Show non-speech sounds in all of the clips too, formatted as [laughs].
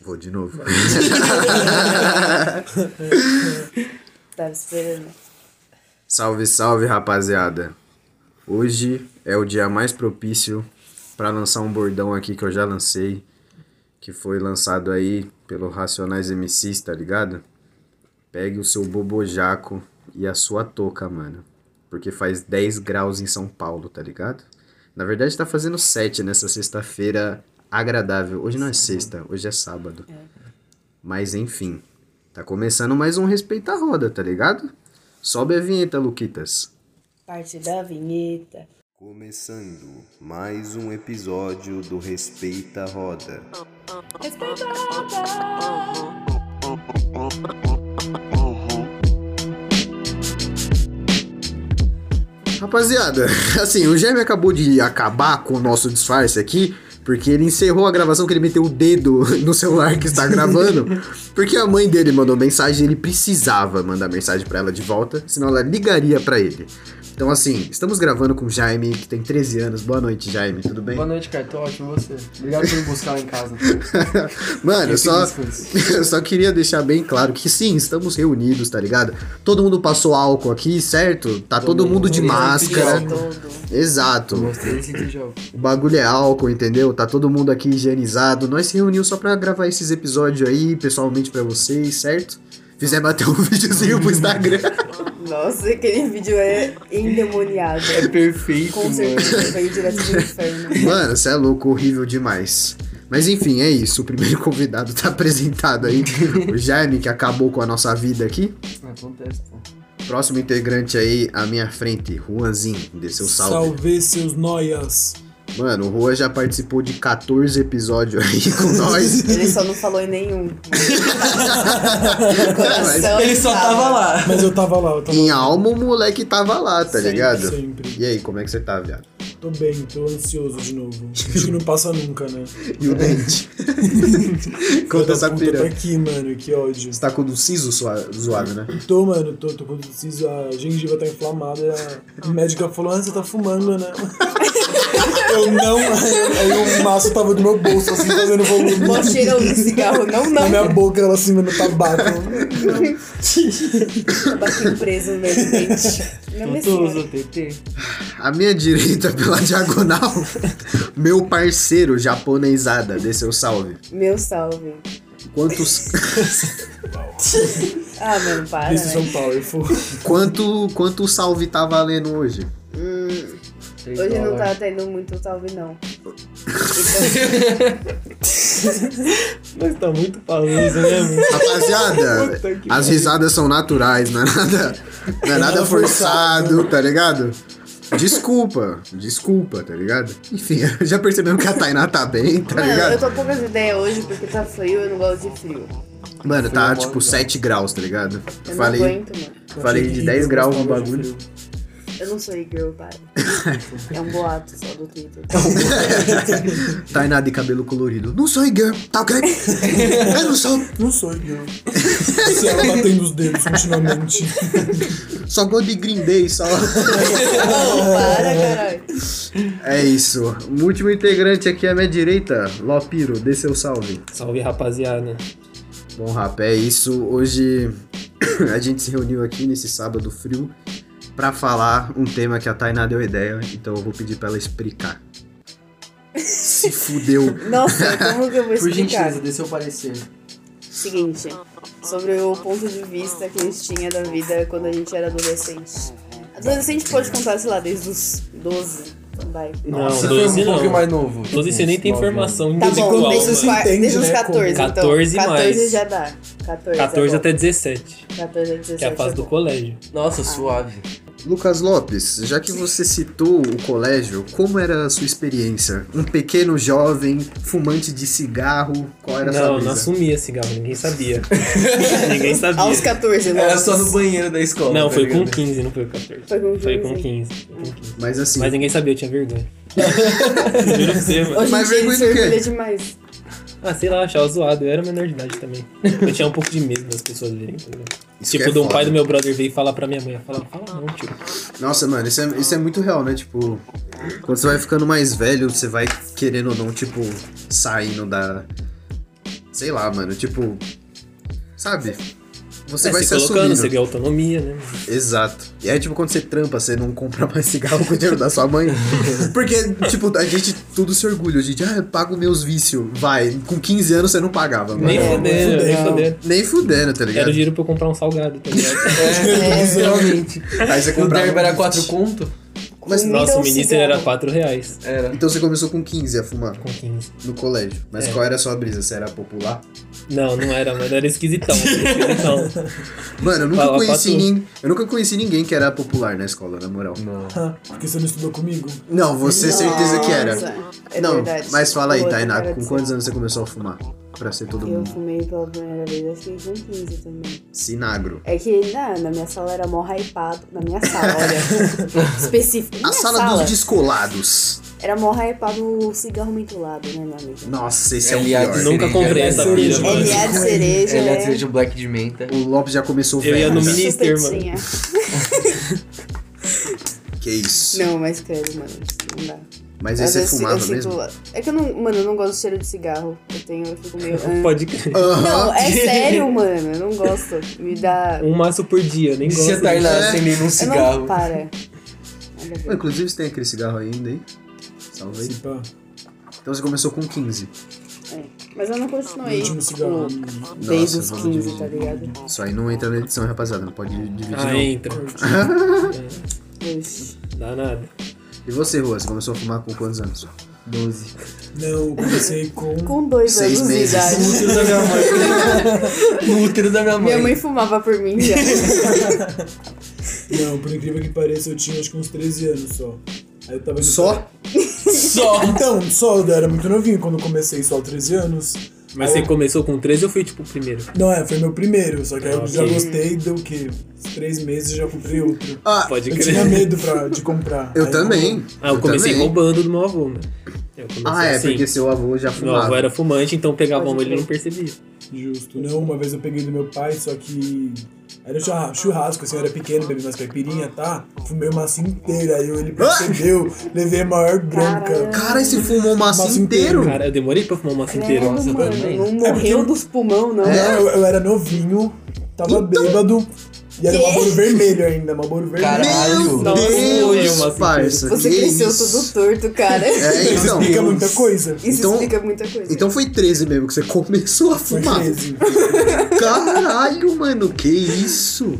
Vou de novo. [laughs] Tava esperando. Salve, salve, rapaziada. Hoje é o dia mais propício para lançar um bordão aqui que eu já lancei, que foi lançado aí pelo Racionais MCs, tá ligado? Pegue o seu bobojaco e a sua touca, mano. Porque faz 10 graus em São Paulo, tá ligado? Na verdade tá fazendo 7 nessa sexta-feira agradável. Hoje não é sexta, hoje é sábado. Mas enfim, tá começando mais um Respeita a Roda, tá ligado? Sobe a vinheta, Luquitas. Parte da vinheta. Começando mais um episódio do Respeita a Roda. Rapaziada, [laughs] assim, o Jaime acabou de acabar com o nosso disfarce aqui, porque ele encerrou a gravação que ele meteu o dedo [laughs] no celular que está gravando, porque a mãe dele mandou mensagem e ele precisava mandar mensagem para ela de volta, senão ela ligaria para ele. Então, assim, estamos gravando com o Jaime, que tem 13 anos. Boa noite, Jaime, tudo bem? Boa noite, cara. Tô ótimo, e você. Obrigado por me buscar lá [laughs] em casa. Mano, eu Eu só, fiz isso, [laughs] eu só queria deixar bem claro que sim, estamos reunidos, tá ligado? Todo mundo passou álcool aqui, certo? Tá todo mundo de mundo máscara. higienizado. Todo. Exato. Mostrei esse vídeo. ó. O bagulho é álcool, entendeu? Tá todo mundo aqui higienizado. Nós se reunimos só pra gravar esses episódios aí, pessoalmente pra vocês, certo? Fizemos até um [laughs] videozinho pro Instagram. Nossa, aquele vídeo é endemoniado. É perfeito, Com mano. certeza veio direto do inferno. Mano, você é louco, horrível demais. Mas enfim, é isso. O primeiro [laughs] convidado tá apresentado aí. O Jaime, que acabou com a nossa vida aqui. Acontece, pô. Próximo integrante aí à minha frente, Juanzinho. Dê seu salve. Salve seus noias. Mano, o Juan já participou de 14 episódios aí [laughs] com nós. Ele só não falou em nenhum. Coração Ele só tava lá. Mas eu tava lá, eu tava Em alma o moleque tava lá, tá Sempre, ligado? sempre. E aí, como é que você tá, viado? Tô bem, tô ansioso de novo. Acho que não passa nunca, né? E o dente? Filha [laughs] Conta da essa puta, pira. Tá aqui, mano, que ódio. Você tá com o do siso sua- zoado, né? Tô, mano, tô, tô com preciso, a gengiva tá inflamada. A médica falou, ah, você tá fumando, né? [laughs] eu não, [laughs] aí o maço tava do meu bolso, assim, fazendo volume. [laughs] Mó cheirão de cigarro. Não, Na não. minha boca, ela assim, mano, tabaco. [laughs] Bati preso no meu dente. Não me Tu sinto. usa o TT? A minha direita [laughs] pela diagonal, meu parceiro japonesada, dê seu salve. Meu salve. Quantos, Ah, mano, para, Isso, né? São Powerful. quanto, quanto salve tá valendo hoje? Hum, Três hoje não tá dólares. tendo muito salve, não. Mas tá muito famoso, né, mano? Rapaziada, Puta que as pariu. risadas são naturais, não é nada, não é nada forçado, tá ligado? Desculpa, desculpa, tá ligado? Enfim, [laughs] já percebemos que a Tainá tá bem, tá Mano, eu ligado? tô com poucas ideias hoje porque tá frio, eu não gosto de frio. Mano, tá Foi uma tipo bosta. 7 graus, tá ligado? Eu não Falei, aguento, mano. falei de 10 graus no um bagulho. Eu não sou e-girl, [laughs] para. é um boato só do Twitter. [laughs] Tainá de cabelo colorido. Não sou girl, tá ok? eu não sou. Não sou [laughs] eu. Se ela batendo os [laughs] dedos continuamente. Só gosto de Green Day, só. Não, para, caralho. é isso. O último integrante aqui à minha direita, Lopiro, dê seu salve. Salve rapaziada. Bom, rap, é isso. Hoje [coughs] a gente se reuniu aqui nesse sábado frio pra falar um tema que a Tainá deu ideia, então eu vou pedir pra ela explicar. se fudeu. Nossa, como que eu vou Por explicar? gentileza, dê seu parecer. Seguinte, sobre o ponto de vista que a gente tinha da vida quando a gente era adolescente. Adolescente pode contar, sei lá, desde os 12. Vai. Nossa, não, 12 foi um não. pouco mais novo. 12 você nem tem né? Nove informação Tá individual. bom, desde os, se mano. qua- entende, desde os né, 14, então. como- 14 mais. 14 já dá. 14, 14 é bom. até 17, 14 a 17. que é a fase é do bom. colégio. anos. Ah. Nossa, suave. Lucas Lopes, já que você citou o colégio, como era a sua experiência? Um pequeno jovem, fumante de cigarro, qual era a sua não, não brisa? assumia cigarro, ninguém [laughs] sabia. ninguém Aos sabia. 14, Era Lucas. só no banheiro da escola. Não, tá foi com ligado? 15, não foi com 14. Foi com Foi com 15. 15. foi com 15. Mas assim, Mas ninguém sabia, eu [laughs] tinha vergonha. Juro pra você, mano. Hoje em Mas dia ele vergonha se do quê? orgulha demais. Ah, sei lá, eu achava zoado. Eu era menor de idade também. Eu tinha um pouco de medo das pessoas verem, tá ligado? Isso que tipo, é de um foda. pai do meu brother veio falar pra minha mãe. Eu falava, fala não, tio. Nossa, mano, isso é, isso é muito real, né? Tipo, quando você vai ficando mais velho, você vai querendo ou não, tipo, saindo da. Sei lá, mano, tipo. Sabe? Você É, vai se se, colocando, assumindo. você ganha autonomia, né? Exato. E aí, tipo, quando você trampa, você não compra mais [laughs] cigarro com o dinheiro da sua [laughs] mãe. Porque, tipo, a gente tudo se orgulha. A gente, ah, eu pago meus vícios. Vai, com 15 anos você não pagava, mano. é Nem não, fudendo, não, nem não. fudendo. Nem fudendo, tá Era o ligado? dinheiro pra eu comprar um salgado, tá ligado? [laughs] É, realmente. Aí você O comprava. Derby era um 4 kit. conto? Mas, Comida Nossa, ou o ministro cigarro? era 4 reais. Era. Então você começou com 15 a fumar Com 15. no colégio. Mas É. qual era a sua brisa? Você era popular? Não, não era, mano. Era esquisitão. [laughs] assim, esquisitão. Mano, eu nunca Fala, conheci Patu. ninguém. Eu nunca conheci ninguém que era popular na escola, na moral. Não. Tá. Porque você não estudou comigo? Não, você certeza que era. Nossa, é não, verdade. mas fala aí, Outra Tainá, cara com de quantos ser. anos você começou a fumar? Pra ser todo Eu mundo. fumei pela primeira vez, acho que com 15 também. Sinagro. É que na, na minha sala era mó hypado. Na minha sala, olha. específico. Na A É minha sala, sala dos descolados. era mó hypado o cigarro mentolado, né, meu amigo? Nossa, esse é, o LA de pior. Nunca cereja, comprei LA essa é de pira, cereja. mano. LA de cereja. Ele é é. cereja black de menta. O Lopes já começou Eu ia velho. no já. mini- Minister, Chupetinha. mano. Que isso. Não, mas credo, mano. Não dá. Mas aí Às você vezes eu fumava fico- mesmo? É que eu não. Mano, eu não gosto do cheiro de cigarro. Eu tenho, eu fico meio. "Ah". Pode crer. Não, Aham. é sério, mano. Eu não gosto. Me dá. [laughs] Um maço por dia, nem gosto. Se a Tainá É. acendendo um Eu cigarro. não. Para. Nada a Pô, ver. Inclusive, você tem aquele cigarro ainda aí? Salve aí. Se pá. Então você começou com 15. É. Mas eu não O continuei. último cigarro. Tipo, desde Nossa, os vamos 15, dividir. tá ligado? Isso aí não entra na edição, rapaziada. Não pode dividir, Ah, não. entra. Oxi. Dá nada. E você, Rua, você começou a fumar com quantos anos? 12. Não, eu comecei com. Com dois Seis anos meses. de idade. útero da minha mãe. No útero da minha mãe. Minha mãe fumava por [laughs] mim já. Não, por incrível que pareça, eu tinha acho que uns 13 anos só. Aí eu tava indo pra- Só? Só. Então, só eu era muito novinho quando eu comecei, só 13 anos. Mas Aí você começou com 13 ou foi tipo o primeiro? Não, é, foi meu primeiro, só que aí eu já Ok. gostei do que? Uns três meses eu já comprei outro. Ah, Pode Eu crer. tinha medo pra, de comprar. eu Aí também. [laughs] Ah, eu comecei também. roubando do meu avô, mano. Eu comecei Ah, é, assim. porque seu avô já Meu fumava. avô era fumante, então pegava Pode uma ele crer. não percebia. Justo. Não, uma vez eu peguei do meu pai, só que era um churra- churrasco, assim, eu era pequeno, bebi umas caipirinha, tá? Fumei uma maçã inteira, aí ele percebeu, levei a maior bronca. Cara, esse fumou um maço Maço inteiro. inteiro. Cara, eu demorei pra fumar uma maço inteiro. Credo, Nossa, mano, também. não morreu dos pulmão, não. É, Não, eu, eu era novinho, tava bêbado, e era Quê? Marlboro vermelho ainda, Marlboro vermelho. Cara, Meu Caralho. Nossa, foi um maço Deus, inteiro. parça. Você que cresceu isso? todo torto, cara. É, Isso então. explica muita coisa. [laughs] Isso Então- explica muita coisa. Então foi 13 mesmo que você [laughs] começou a Foi fumar. 13. Caralho, mano, que isso?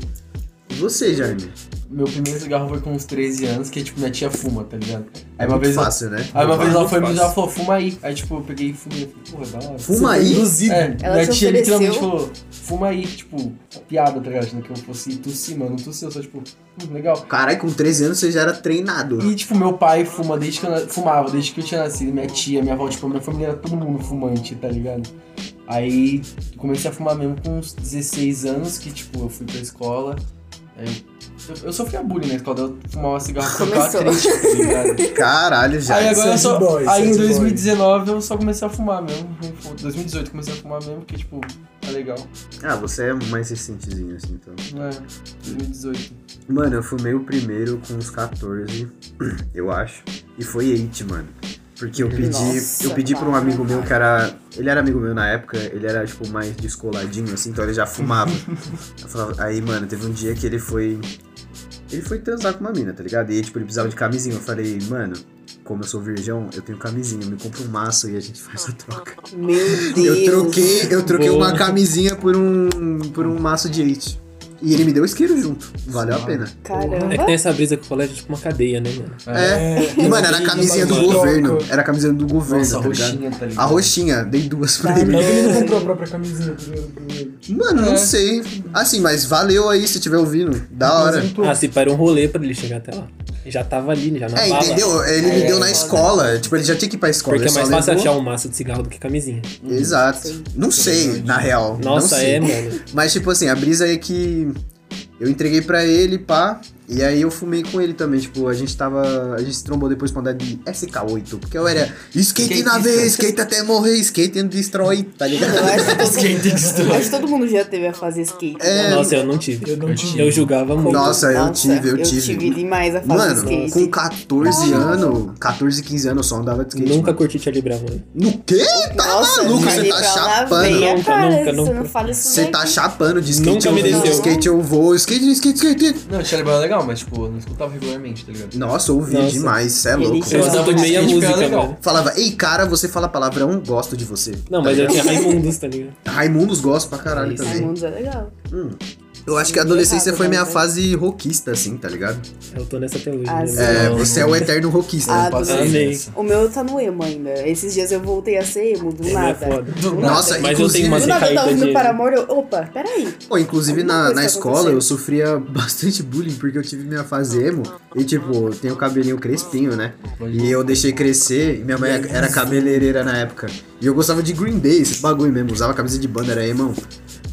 E você, Jaime? Meu primeiro cigarro foi com uns 13 anos, que tipo, minha tia fuma, tá ligado? Aí uma Muito vez. fácil, né? Aí É uma vez ela foi me fácil. dar ela falou, fuma aí. Aí tipo, eu peguei e fumei. Eu falei, porra, da hora. Fuma Foi aí. induzido. É, Ela minha te tia ofereceu? literalmente falou, fuma aí, tipo, piada, tá ligado? Achando que eu fosse tossir, mano. Não tossiu, só tipo, hum, legal. Caralho, com 13 anos você já era treinado. E, tipo, meu pai fuma desde que eu na- fumava, desde que eu tinha nascido, minha tia, minha avó, tipo, minha família era todo mundo fumante, tá ligado? Aí comecei a fumar mesmo com uns 16 anos, que, tipo, eu fui pra escola. Aí, eu, eu sofria bullying na escola, eu fumava cigarro porque eu ficava Começou. triste, tá ligado? Caralho, [laughs] já. Aí agora eu sad só. boy, aí em sad boy. 2019 eu só comecei a fumar mesmo. Em 2018 comecei a fumar mesmo, porque, tipo, tá legal. Ah, você é mais recentezinho, assim, então. É, 2018. Mano, eu fumei o primeiro com uns 14, [clears throat] eu acho. E foi 8, mano. Porque eu pedi, Nossa, eu pedi pra um cara. amigo meu que era. Ele era amigo meu na época, ele era, tipo, mais descoladinho, assim, então ele já [laughs] fumava. Eu falava- aí, mano, teve um dia que ele foi. Ele foi transar com uma mina, tá ligado? E, tipo, ele precisava de camisinha. Eu falei, mano, como eu sou virgão, eu tenho camisinha, me compra um maço e a gente faz a troca. Meu Deus. Eu troquei, eu troquei Boa. uma camisinha por um, por um maço de 8. E ele me deu isqueiro junto. Valeu a pena. Caramba. É que tem essa brisa que o colégio é tipo uma cadeia, né, mano? É. E, mano, era a camisinha do Mano, governo. troca. Era a camisinha do governo, Nossa, a tá ligado? roxinha, tá ligado? A roxinha, dei duas pra ele. Por que ele não comprou a própria camisinha? primeiro, primeiro? Mano, É. não sei. Assim, mas valeu aí se tiver ouvindo. Da hora. Apresentou. Ah, se para um rolê pra ele chegar até lá. Já tava ali, né, já na É, bala. entendeu? Ele me É, deu na foda. escola. Tipo, ele já tinha que ir pra escola. Porque é ele mais só fácil levou- achar um maço de cigarro do que camisinha. Exato. Não sei, na real. não Nossa, sei. é, mano. Mas, tipo assim, a brisa é que eu entreguei pra ele, pá. E aí eu fumei com ele também, tipo, a gente tava. A gente se trombou depois pra andar de SK8, porque eu era skate na vez, skate até morrer, skate and destroy, tá Eu [laughs] ligado? acho que todo mundo- Skate destrói. acho que todo mundo já teve a fase skate. [laughs] né? É, Nossa, eu não tive. Eu não tive. Eu julgava muito. Nossa, eu tive, eu tive. Eu tive demais a fase Mano, skate. com 14 anos, 14, 15 anos eu só andava de skate. Nunca mano. curti Charlie Brown. né? No quê? Tá Nossa, maluco? eu Você caí tá pra lá, chapando. veia, Nunca, cara, nunca, Você não nunca. fala isso Você não é tá chapando de skate, Nunca eu me vou, desceu. skate eu vou, skate, skate, skate. Não, Charlie Brown é legal, mas tipo, eu não escutava regularmente, tá ligado? Nossa, ouvi Nossa. demais, cê é Ele louco. Eu Eu escuto andava de meia skate, música, era legal. velho. Falava, ei cara, você fala palavrão, gosto de você. Não, mas tá eu ligado? tinha Raimundos, tá ligado? Raimundos gosta pra caralho Isso. também. Raimundos é legal. Eu acho que a Errado, adolescência foi né, minha velho? fase rockista, assim, tá ligado? Eu tô nessa até hoje. Ah, né? sim. É, Não. você é o eterno rockista. Ah, né? Passei Amei. dessa. O meu tá no emo ainda. Esses dias eu voltei a ser emo, do Ele é nada. foda. Nossa, Mas eu inclusive, tenho uma Do nada um eu recaída um tava ouvindo de... Paramore, eu... Opa, peraí. Pô, inclusive Alguma na, coisa na tá escola acontecendo. eu sofria [laughs] bastante bullying porque eu tive minha fase emo e tipo, eu tenho o cabelinho crespinho, né? E eu deixei crescer e minha mãe era cabeleireira na época. E eu gostava de Green Day, esse bagulho mesmo, usava camisa de banda, era emão.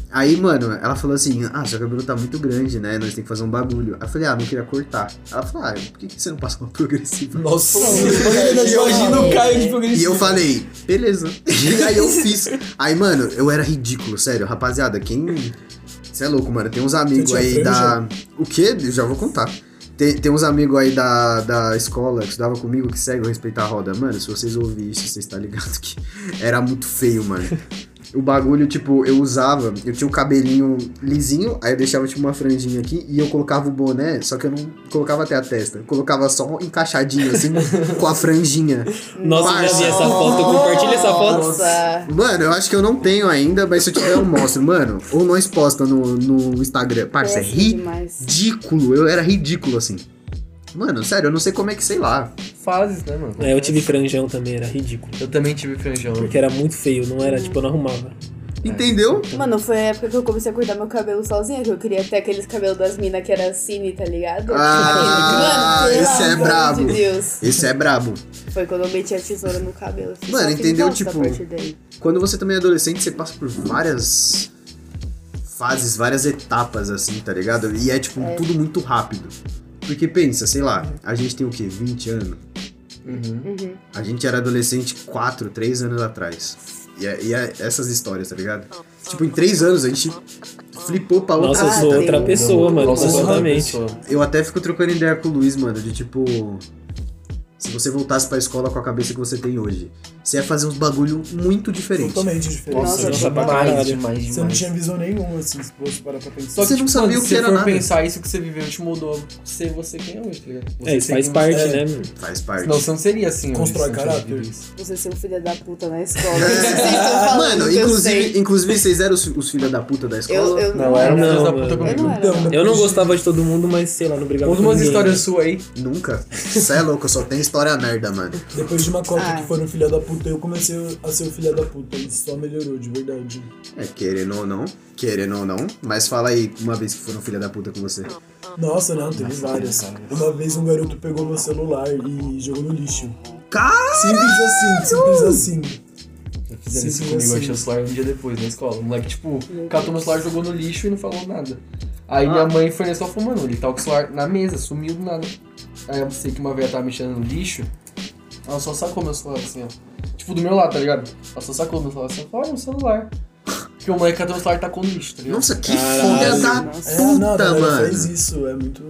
Aí, mano, ela falou assim: Ah, seu cabelo tá muito grande, né? Nós tem que fazer um bagulho. Aí eu falei: Ah, não queria cortar. Ela falou: Ah, por que que você não passa uma [laughs] progressiva? Nossa, E hoje não caio de progressivo. E eu falei, beleza. E aí eu fiz. Aí, mano, eu era ridículo, sério. Rapaziada, quem. Você é louco, mano. Tem uns amigos tinha aí franja? da. O quê? Eu Já vou contar. Tem, tem uns amigos aí da, da escola que estudava comigo que segue o Respeitar a Roda. Mano, se vocês ouvirem isso, vocês tá ligado que era muito feio, mano. O bagulho, tipo, eu usava, eu tinha o cabelinho lisinho, aí eu deixava, tipo, uma franjinha aqui e eu colocava o boné, só que eu não colocava até a testa. Eu colocava só encaixadinho, assim, com a franjinha. Nossa, eu já vi essa foto. Nossa. Compartilha essa foto. Nossa. Mano, eu acho que eu não tenho ainda, mas se eu tiver eu mostro. Mano, ou nós posta no, no Instagram. Parça, é péssimo demais. ridículo. Eu era ridículo, assim. Mano, sério, eu não sei como é que, sei lá. Fases, né, mano? É, eu tive franjão também, era ridículo. Eu também tive franjão. Porque era muito feio, não era, tipo, eu não arrumava. Entendeu? Mano, foi a época que eu comecei a cortar meu cabelo sozinha, que eu queria ter aqueles cabelos das minas que era cine, tá ligado? Ah, Aquele- esse é pelo brabo. amor de Deus. Esse é brabo. Foi quando eu meti a tesoura no cabelo. Eu fiz Mano, só entendeu? fim de Tipo, bosta a partir daí. Quando você também é adolescente, você passa por várias fases, várias etapas, assim, tá ligado? E é, tipo, tudo muito rápido. Porque pensa, sei lá, a gente tem o quê? 20 anos? Uhum. Uhum. A gente era adolescente 4, 3 anos atrás. E, é, e é essas histórias, tá ligado? Tipo, em 3 anos a gente flipou pra outra. Nossa, eu Ah, sou tem outra um- pessoa, mano. Nossa, eu sou outra Completamente. pessoa. Eu até fico trocando ideia com o Luiz, mano, de tipo. Se você voltasse pra escola com a cabeça que você tem hoje, você ia fazer uns bagulho muito diferente. Totalmente diferente. Nossa, nossa, pra demais, caralho. demais, demais. Você não tinha visão nenhuma, assim, se fosse parar pra pensar. Só que, Você não tipo, sabia mano, o que se era for nada. pensar isso que você viveu te mudou ser você quem é hoje, tá ligado? Você É, isso ser faz quem parte, você é. né, mano? Faz parte. Senão você não seria assim. hoje, Constrói se não tivesse caráter. vivido isso. Você ser um filho da puta na escola. [laughs] Vocês estão falando, [laughs] mano, eu inclusive, sei. inclusive vocês eram os, os filhos da puta da Eu, escola. eu Não, era um Não, é filho da mano. puta Eu comigo. não era. Então, não. Eu não gostava de todo mundo, mas sei lá, não brigava Conta com umas ninguém. histórias suas aí. Nunca. Cê é louco, só tem história merda, mano. Depois de uma cota Ah. que foram filha da puta, eu comecei a ser o filha da puta. Isso só melhorou, de verdade. É, querendo ou não, querendo ou não, mas fala aí uma vez que foram filha da puta com você. Ah. Nossa, não, teve várias. Uma vez um garoto pegou meu celular e jogou no lixo. Cara! Simples assim, simples assim. Fizeram isso Sim, comigo, eu sim. achei o celular um dia depois na escola. O moleque, tipo, catou meu celular, jogou no lixo e não falou nada. Aí Ah. minha mãe foi na escola e falou, mano, ele tá com o celular na mesa, sumiu do nada. Aí eu sei que uma velha tava mexendo no lixo, ela só sacou meu celular assim, ó. Tipo, do meu lado, tá ligado? Ela só sacou meu celular assim, falou, olha o celular. Porque o moleque catou meu celular e tacou no lixo, tá ligado? Nossa, que Caralho. filha da Nossa. É, não, a puta, galera mano. É faz isso, é muito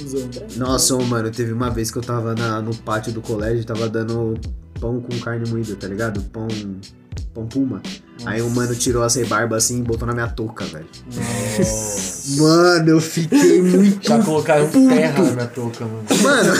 cuzão. Nossa, ô, mano, teve uma vez que eu tava na- no pátio do colégio, tava dando pão com carne moída, tá ligado? Pão. Pão puma. Aí o mano tirou as rebarbas assim e botou na minha touca, velho. Nossa. Mano, eu fiquei [laughs] muito. Já colocaram terra na minha touca, mano. Mano,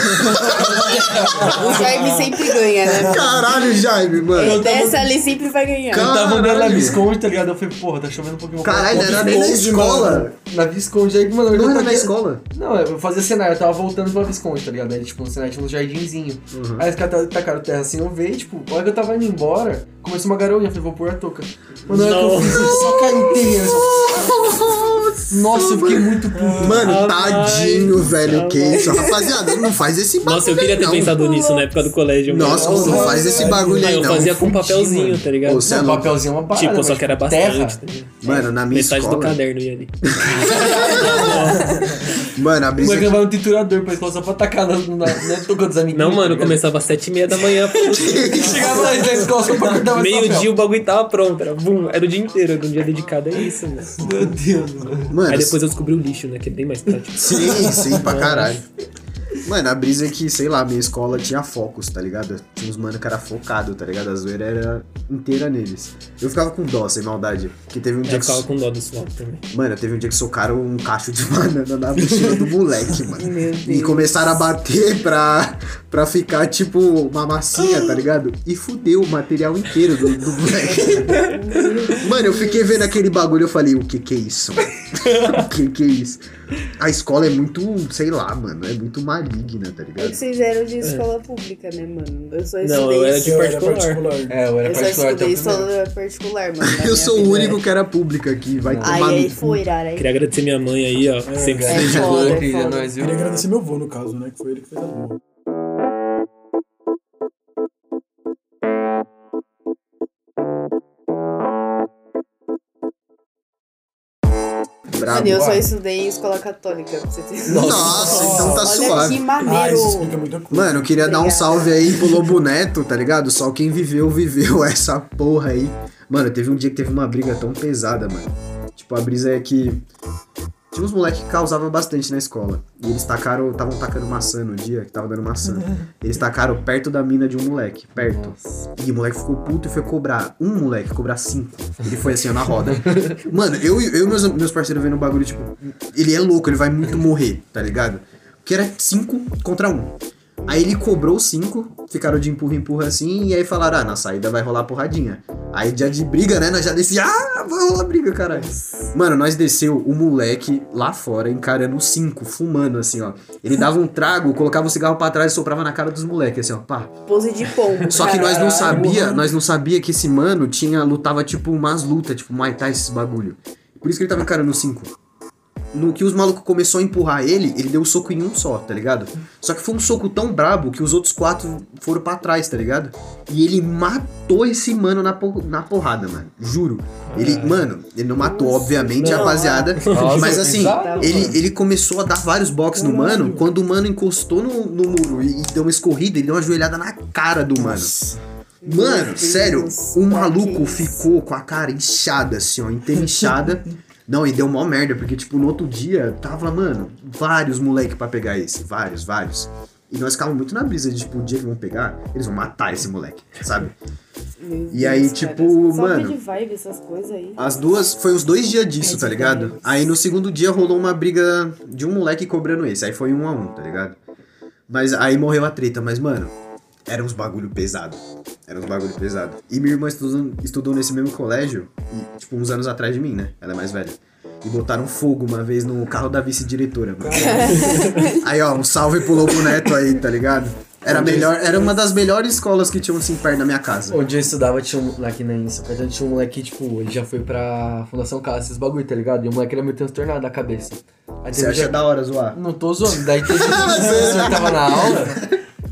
O Jaime sempre ganha, né? caralho, Jaime, É, mano. Dessa ali sempre vai ganhar. Cara, Eu tava andando na Caralho. Visconde, tá ligado? Eu falei, porra, tá chovendo um pouquinho. Caralho, não era nem na bom demais. escola. Na Visconde aí, mano. eu Não era na taquei- escola. Não, eu fazia cenário, eu tava voltando pra Visconde, tá ligado? Aí, tipo, no cenário tinha uns jardinzinho. Uhum. Aí os caras tacaram terra assim, eu veio, tipo, a hora que eu tava indo embora, começou uma garoinha, eu falei, vou pôr a touca. Mano, na hora que eu Não. fiz isso, só caiu terra. assim, Nossa, eu fiquei muito puto. Mano, Rapaz, tadinho, velho, tá que isso. Rapaziada, não faz esse bagulho Nossa, eu queria ter não. pensado nisso na época do colégio. mano. Nossa, não faz esse bagulho Ah, aí, eu não. fazia com fundi, papelzinho, mano. tá ligado? Ou você é Não, louco. papelzinho é uma parada. Tipo, só mas, que era tipo, bastante. terra. tá ligado? Mano, na minha Metade do escola... caderno ia ali. Mano, a é O brisa... moleque levava um triturador pra escola só pra atacar na, na, na touca dos amiguinhos. Não, mano, tá ligado? começava às sete e meia da [laughs] manhã. [laughs] Chegava lá da escola só pra cortar mais papel. Meio dia o bagulho tava pronto. Era, bum, era o dia inteiro, era um dia dedicado a isso, mano. Meu Deus, mano. Mano, Aí depois eu descobri o lixo, né? Que é bem mais [laughs] prático. Sim, sim, pra caralho. Mano, a brisa é que, sei lá, minha escola tinha focos, tá ligado? Tinha uns mano que era focado, tá ligado? A zoeira era inteira neles. Eu ficava com dó, sem maldade. Porque teve um dia É, Eu que. ficava com dó do suor também. Mano, teve um dia que socaram um cacho de [laughs] banana na mochila do moleque, mano. Meu E Deus. começaram a bater pra, pra ficar tipo uma massinha, tá ligado? E fudeu o material inteiro do, do moleque. [laughs] Mano, eu fiquei vendo aquele bagulho eu falei, o que que é isso? [laughs] o que que é isso? A escola é muito, sei lá, mano, é muito maligna, tá É ligado? que vocês eram de escola pública, né, mano? Eu só estudei. Não, eu era de Eu era particular. particular. É, eu era eu só particular até estudei o primeiro. escola particular, mano. [laughs] na Eu É, minha sou o vida. único que era pública aqui, vai Aí, tomar aí é no cu. foi, Irara. aí. Queria agradecer minha mãe aí, ó. Ah, Sempre É, que foda, cara, você é boa, querida, foda. nós, viu? Queria agradecer meu avô, no caso, né? Que foi ele que fez a boa. Mano, Brabo. eu só estudei em escola católica. Pra você ter... Nossa, então tá Olha suave. que Ah, maneiro. isso explica muita coisa. Mano, eu queria dar um Obrigada. salve aí pro Lobo Neto, tá ligado? Só quem viveu, viveu [laughs] essa porra aí. Mano, teve um dia que teve uma briga tão pesada, mano. Tipo, a brisa é que. Tinha uns moleques que causavam bastante na escola. E eles tacaram. Estavam tacando maçã no dia, que tava dando maçã. Eles tacaram perto da mina de um moleque. Perto. E o moleque ficou puto e foi cobrar. Um moleque, cobrar cinco. Ele foi assim, ó, na roda. Mano, eu e eu e meus, meus parceiros vendo o bagulho, tipo, ele é louco, ele vai muito morrer, tá ligado? Que era cinco contra um. Aí ele cobrou cinco, ficaram de empurra, empurra assim, e aí falaram, ah, na saída vai rolar porradinha. Aí dia de briga, né? Nós já desci, ah, vai rolar briga, caralho. Mano, nós desceu o moleque lá fora, encarando os cinco, fumando assim, ó. Ele dava um trago, colocava um cigarro pra trás e soprava na cara dos moleques, assim, ó, pá. Pose de pombo. Só que nós cara. não Caralho. sabia, nós não sabia que esse mano tinha lutava tipo umas lutas, tipo Muay Thai, esses bagulho. Por isso que ele tava encarando os cinco. No que os malucos começou a empurrar ele, ele deu um soco em um só, tá ligado? Só que foi um soco tão brabo que os outros quatro foram pra trás, tá ligado? E ele matou esse mano na, por- na porrada, mano. Juro. Ele, mano, ele não matou, obviamente, não. rapaziada. Nossa, mas assim, pesado, ele, mano. ele começou a dar vários box no mano. Quando o mano encostou no, no muro e, e deu uma escorrida, ele deu uma joelhada na cara do mano. Mano, Meu sério, Deus, o pra maluco que ficou com a cara inchada, assim, ó, inteira [laughs] inchada. Não, e deu mó merda, porque, tipo, no outro dia tava, mano, vários moleque pra pegar esse. Vários, vários. E nós ficávamos muito na brisa de, tipo, o dia que vão pegar, eles vão matar esse moleque, sabe? Meu E aí, Deus, tipo, cara. Salve mano- Ah, de vibe essas coisas aí. As duas, foi uns dois dias disso, tá ligado? Aí no segundo dia rolou uma briga de um moleque cobrando esse. Aí foi um a um, tá ligado? Mas aí morreu a treta, mas mano, era uns bagulho pesado. Era uns bagulho pesado. E minha irmã estudou, estudou nesse mesmo colégio, e, tipo, uns anos atrás de mim, né? Ela é mais velha. E botaram fogo uma vez no carro da vice-diretora, mano. Aí, ó, um salve pro Lobo Neto aí, tá ligado? Era, a melhor, era uma das melhores escolas que tinham assim perto da minha casa. Onde eu estudava, tinha um, lá aqui na Insta, tinha um moleque, que, tipo, ele já foi pra Fundação Casa, esses bagulho, tá ligado? E o moleque era meio transtornado da cabeça. Aí Você teve um dia- acha da hora zoar? Não tô zoando. Daí teve um dia que [laughs] o professor tava na aula.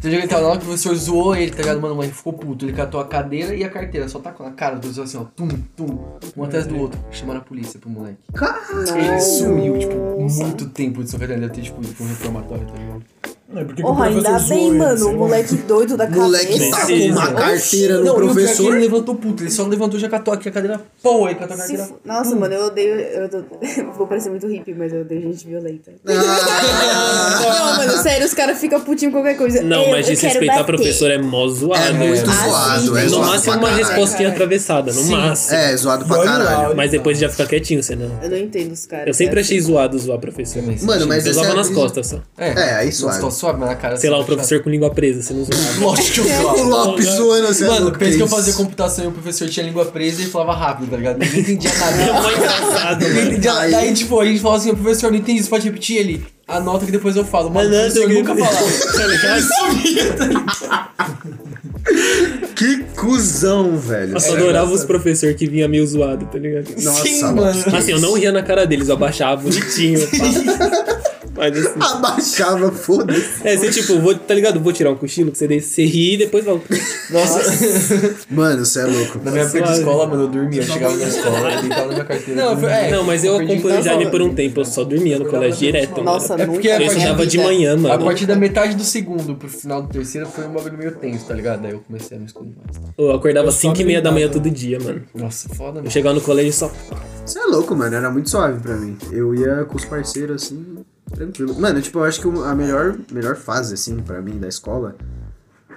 Teve um dia que ele tava na aula, o professor zoou ele, tá ligado? Mano, mas ele ficou puto. Ele catou a cadeira e a carteira, só tacou na cara do professor assim, ó. Tum, tum. Um atrás do outro. Chamaram a polícia pro moleque. Ele sumiu, tipo, muito tempo de São Catarina. Deve ter, tipo, ido pra um reformatório, tá ligado? É porque que o Porra, ainda professor zoou bem, ele, mano. sei O lá. moleque doido da cabeça. Moleque tá com uma carteira no Não, e o pior é que um professor. [laughs] ele levantou puto. Ele só levantou e já catou aqui a cadeira. Pô, aí catou a Se cadeira. fu- Nossa, mano, eu odeio. Eu tô- [laughs] vou parecer muito hippie, mas eu odeio [laughs] gente violenta. Ah, Não, mano, sério, os caras ficam putinhos com qualquer coisa. Não, eu, mas eu quero desrespeitar a bater. professora é mó zoado. É muito Ah, zoado, sim, é né? No zoado máximo pra uma caralho. respostinha atravessada, no Sim. máximo. É, zoado pra Olha lá, caralho. olha Mas depois já fica quietinho, você não. Eu não entendo os caras. Eu sempre cara. achei zoado zoar professor. Também, assim, Mano, mas Eu essa é zoava a nas brisa- costas só. É, aí Nossa, suave. tô suave, mas na cara. Sei lá, assim, o professor com língua presa, você não zoava. [laughs] Lógico que eu O zoava. Lopes zoando assim. Mano, que pensa que eu isso? fazia computação e o professor tinha a língua presa e falava rápido, tá ligado? Ninguém entendia [laughs] É nada. mó engraçado, Ninguém mano. entendia- Aí- Daí, tipo, a gente falava assim, professor, não entendi isso, pode repetir ele. Anota que depois eu falo. Mano, o Anota professor que- nunca falava. Tá ligado? Que cuzão, velho. Eu só Sério. adorava os professores que vinha meio zoado, tá ligado? Nossa, Sim, mano. mano. Assim, eu não ia na cara deles, eu abaixava bonitinho. pá. Mas assim. Abaixava, foda-se. É, você tipo, vou, tá ligado? Vou tirar um cochilo, que você, deixa, você ri e depois volta. Nossa, Mano, você é louco. na minha época de Suave. escola, mano, eu dormia. Eu chegava na escola, eu deitava na minha carteira. Não, dormia. não, mas eu É, perdi acompanhei o muita Jaime aula. por um tempo, eu só dormia no colégio direto. mano. Nossa, É nunca porque a eu na minha estudava de vida. manhã, A mano. partir da metade do segundo pro final do terceiro foi um bagulho meio tenso, tá ligado? Daí eu comecei a me esconder mais. tá? Eu acordava Eu só 5 e meia da manhã brincava. todo dia, mano. Nossa, foda, Eu mano. chegava no colégio e só. Você é louco, mano. Era muito suave pra mim. Eu ia com os parceiros, assim, tranquilo. Mano, tipo, eu acho que a melhor, melhor fase, assim, pra mim, da escola,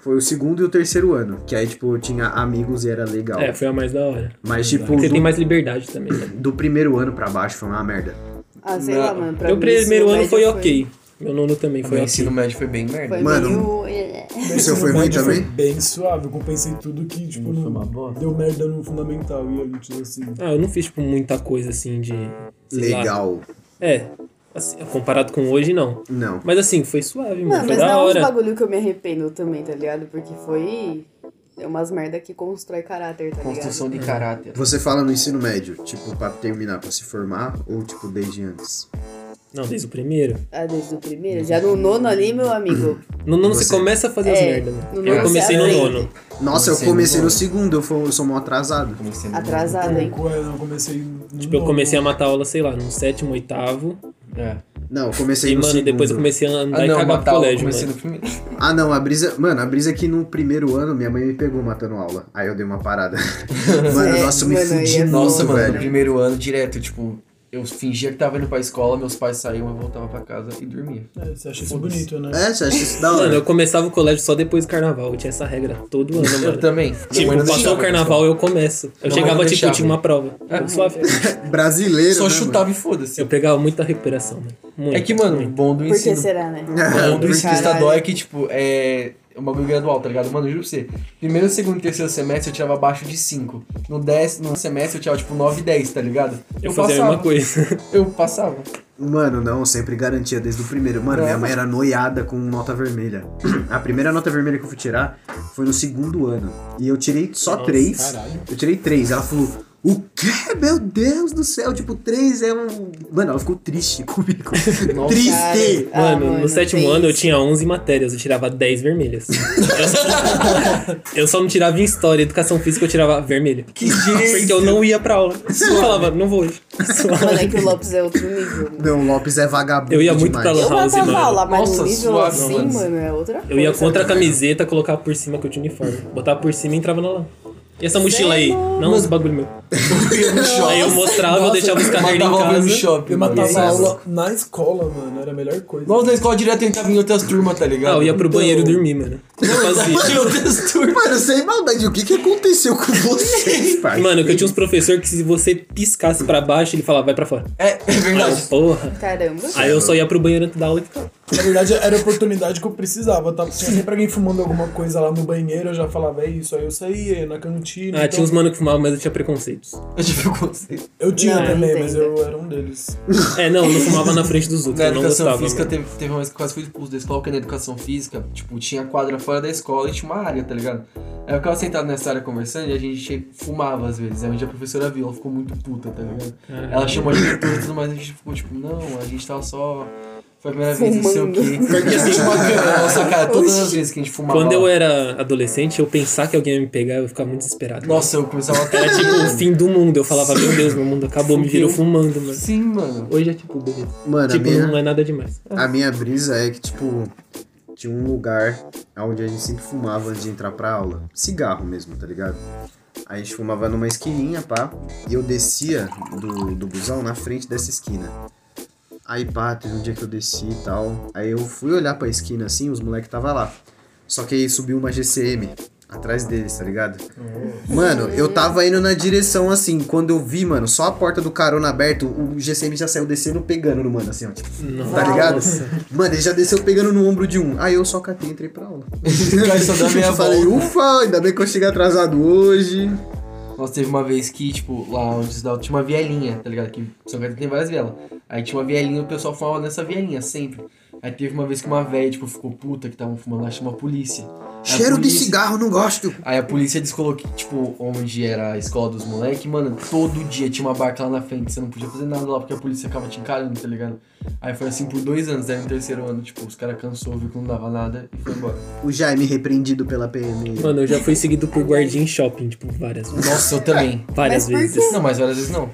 foi o segundo e o terceiro ano. Que aí, tipo, eu tinha amigos e era legal. É, foi a mais da hora. Mas, tipo, Porque você do, tem mais liberdade também. né? do primeiro ano pra baixo foi uma merda. Ah, sei lá, mano. Pra Meu mim, primeiro ensino ano médio foi ok. Meu nono também foi Meu ok. ensino médio foi bem merda. Foi Mano, meio... é, O seu foi Meu ruim médio também? Foi bem suave, eu compensei tudo que, tipo, Não foi uma não- bosta. deu merda no fundamental e ali, tipo assim. Ah, eu não fiz, tipo, muita coisa assim de. sei lá. Legal. É. Assim, comparado com hoje, não. Não. Mas assim, foi suave, mano. Mano, foi mas da não é uns hora. bagulho que eu me arrependo também, tá ligado? Porque foi é umas merda que constrói caráter, tá Construção ligado? de caráter. Você fala no ensino médio, tipo, pra terminar, pra se formar, ou, tipo, desde antes? Não, desde o primeiro. Ah, desde o primeiro? Já no nono ali, meu amigo. No nono você Você- começa a fazer as É, merda, no mano. nono Eu comecei você no aprende. nono. Nossa, eu Comecei no comecei no nono. segundo, eu, fui- eu sou mó atrasado. Comecei no- Atrasado, hein? Eu é, não comecei. no Tipo, eu nono. comecei a matar aula, sei lá, no sétimo, oitavo. É. Não, eu comecei E, no mano, segundo. depois eu comecei a andar Ah, e não, cagar pro Natal, eu colégio, comecei mano. no [laughs] primeiro. Ah, não, a brisa. Mano, a brisa é que no primeiro ano minha mãe me pegou matando aula. Aí eu dei uma [laughs] parada. mano, É, nossa, eu me mano, aí fudi é Nossa, muito, mano, no velho. primeiro ano, direto, tipo, eu fingia que tava indo pra escola, meus pais saíam, eu voltava pra casa e dormia. É, você acha isso bonito, né? É, você acha isso da Mano, hora? eu começava o colégio só depois do carnaval. Eu tinha essa regra todo ano, [laughs] Eu mano. também. Minha mãe Tipo, não passou deixava o carnaval, eu começo. Minha Eu mãe chegava, não tipo, eu deixava. tinha uma prova. É. Eu, suave. Brasileiro. Só né, chutava e Assim, Eu foda-se. pegava muita recuperação, né? mano. Muito, É que, mano, o muito. bom do Por que ensino será, né? é Mano. Bom do ensino Caralho. estadual é que, tipo, é uma bagulho gradual, tá ligado? Mano, eu juro pra você. Primeiro, segundo e terceiro semestre eu tirava abaixo de 5. No décimo semestre eu tirava, tipo, 9 e 10, tá ligado? eu fazia a mesma coisa. Eu passava. Mano, não, sempre garantia desde o primeiro. Mano, minha mãe era noiada com nota vermelha. A primeira nota vermelha que eu fui tirar foi no segundo ano. E eu tirei só três. caralho. Eu tirei três. Ela falou, o quê? Meu Deus do céu. Tipo, três é um. Mano, ela ficou triste [laughs] comigo. Triste! [laughs] Ah, mano, no sétimo tem ano eu isso. tinha 11 matérias, eu tirava 10 vermelhas. [laughs] eu, só, eu só não tirava em história, educação física eu tirava vermelha. Que Porque eu não ia pra aula. Eu falava, não vou hoje. Mano, [laughs] é que o Lopes é outro nível. mano. Não, o Lopes é vagabundo. Eu ia muito demais. pra lá. Eu House, matava mano. lá, mas Nossa, no nível suave, assim, mano. mano, é outra coisa. Eu ia contra né? a camiseta, colocar por cima que eu tinha uniforme. Botar por cima e entrava na lã. E essa mochila é aí? Não, os bagulho meu. Aí eu mostrava, eu deixava os cadernos em matava aula no casa. shopping. Eu mano. é matava Nossa. aula na escola, mano. Era a melhor coisa. Nós na escola direto eu entrava em outras turmas, tá ligado? Ah, eu ia pro Então- banheiro dormir, mano. Eu Em [laughs] fazia. outras turmas. Mano, sem maldade, o que que aconteceu com [laughs] vocês, pai? Mano, que eu tinha uns professores que se você piscasse pra baixo, ele falava, vai pra fora. É, é Aí eu, verdade. [laughs] porra. né? Caramba. Aí eu só ia pro banheiro antes da aula e ficava. Na verdade, era a oportunidade que eu precisava. Tava tinha sempre alguém fumando alguma coisa lá no banheiro, eu já falava, é isso. Aí eu saía ia na cantina. Ah, então- tinha uns mano que fumavam, mas eu tinha preconceitos. Eu tive um conceito. Eu tinha Não, eu também, entendo. mas eu era um deles. É, não, eu não fumava na frente dos outros, Na eu não educação gostava. física mano. teve, teve uma vez que eu quase fui expulso da escola, porque na educação física, tipo, tinha quadra fora da escola e tinha uma área, tá ligado? Aí eu ficava sentado nessa área conversando e a gente che- fumava às vezes. Aí um dia a professora viu, ela ficou muito puta, tá ligado? Ela chamou a gente e tudo mais, a gente ficou tipo, não, a gente tava só. Foi a primeira vez, não sei o quê. Fumando. Porque assim, uma câmera na nossa cara, todas as vezes que a gente fumava. Quando eu lá, era adolescente, eu pensar que alguém ia me pegar, eu ficava muito desesperado. Nossa, eu começava a Era tipo o fim do mundo. Eu falava, meu Deus, meu mundo acabou, me virou fumando, mano. Sim, mano. Hoje é tipo, beleza. Mano, a Tipo, minha... não é nada demais. A minha brisa é que, tipo, tinha um lugar onde a gente sempre fumava antes de entrar pra aula. Cigarro mesmo, tá ligado? A gente fumava numa esquininha, pá, e eu descia do, do busão na frente dessa esquina. Aí, pá, teve um dia que eu desci e tal. Aí eu fui olhar pra esquina assim, os moleques tava lá. Só que aí subiu uma GCM atrás deles, tá ligado? Mano, eu tava indo na direção assim, quando eu vi, mano, só a porta do carona aberto, o GCM já saiu descendo pegando no mano, assim, ó. Tipo, Nossa. Tá ligado? Mano, ele já desceu pegando no ombro de um. Aí eu só catei e entrei pra aula. [laughs] Cara, só dá [laughs] meia eu falei, volta. ufa, ainda bem que eu cheguei atrasado hoje. Nossa, teve uma vez que, tipo, lá onde estudava, tinha uma vielinha, tá ligado? Que São Caetano tem várias vielas. Aí tinha uma vielinha e o pessoal fumava nessa vielinha, sempre. Aí teve uma vez que uma velha, tipo, ficou puta que estavam fumando lá, chama a polícia. Cheiro de polícia- cigarro, não gosto. Aí a polícia descolocou, tipo, onde era a escola dos moleques, mano, todo dia tinha uma barca lá na frente, você não podia fazer nada lá porque a polícia ficava te encarando, tá ligado? Aí foi assim por dois anos, daí no terceiro ano, tipo, os caras cansou, viu que não dava nada e foi embora. O Jaime repreendido pela PM. Mano, eu já fui seguido por guardinha em shopping, tipo, várias vezes. Nossa, eu também. Várias Mas por vezes. Não, mas várias vezes não.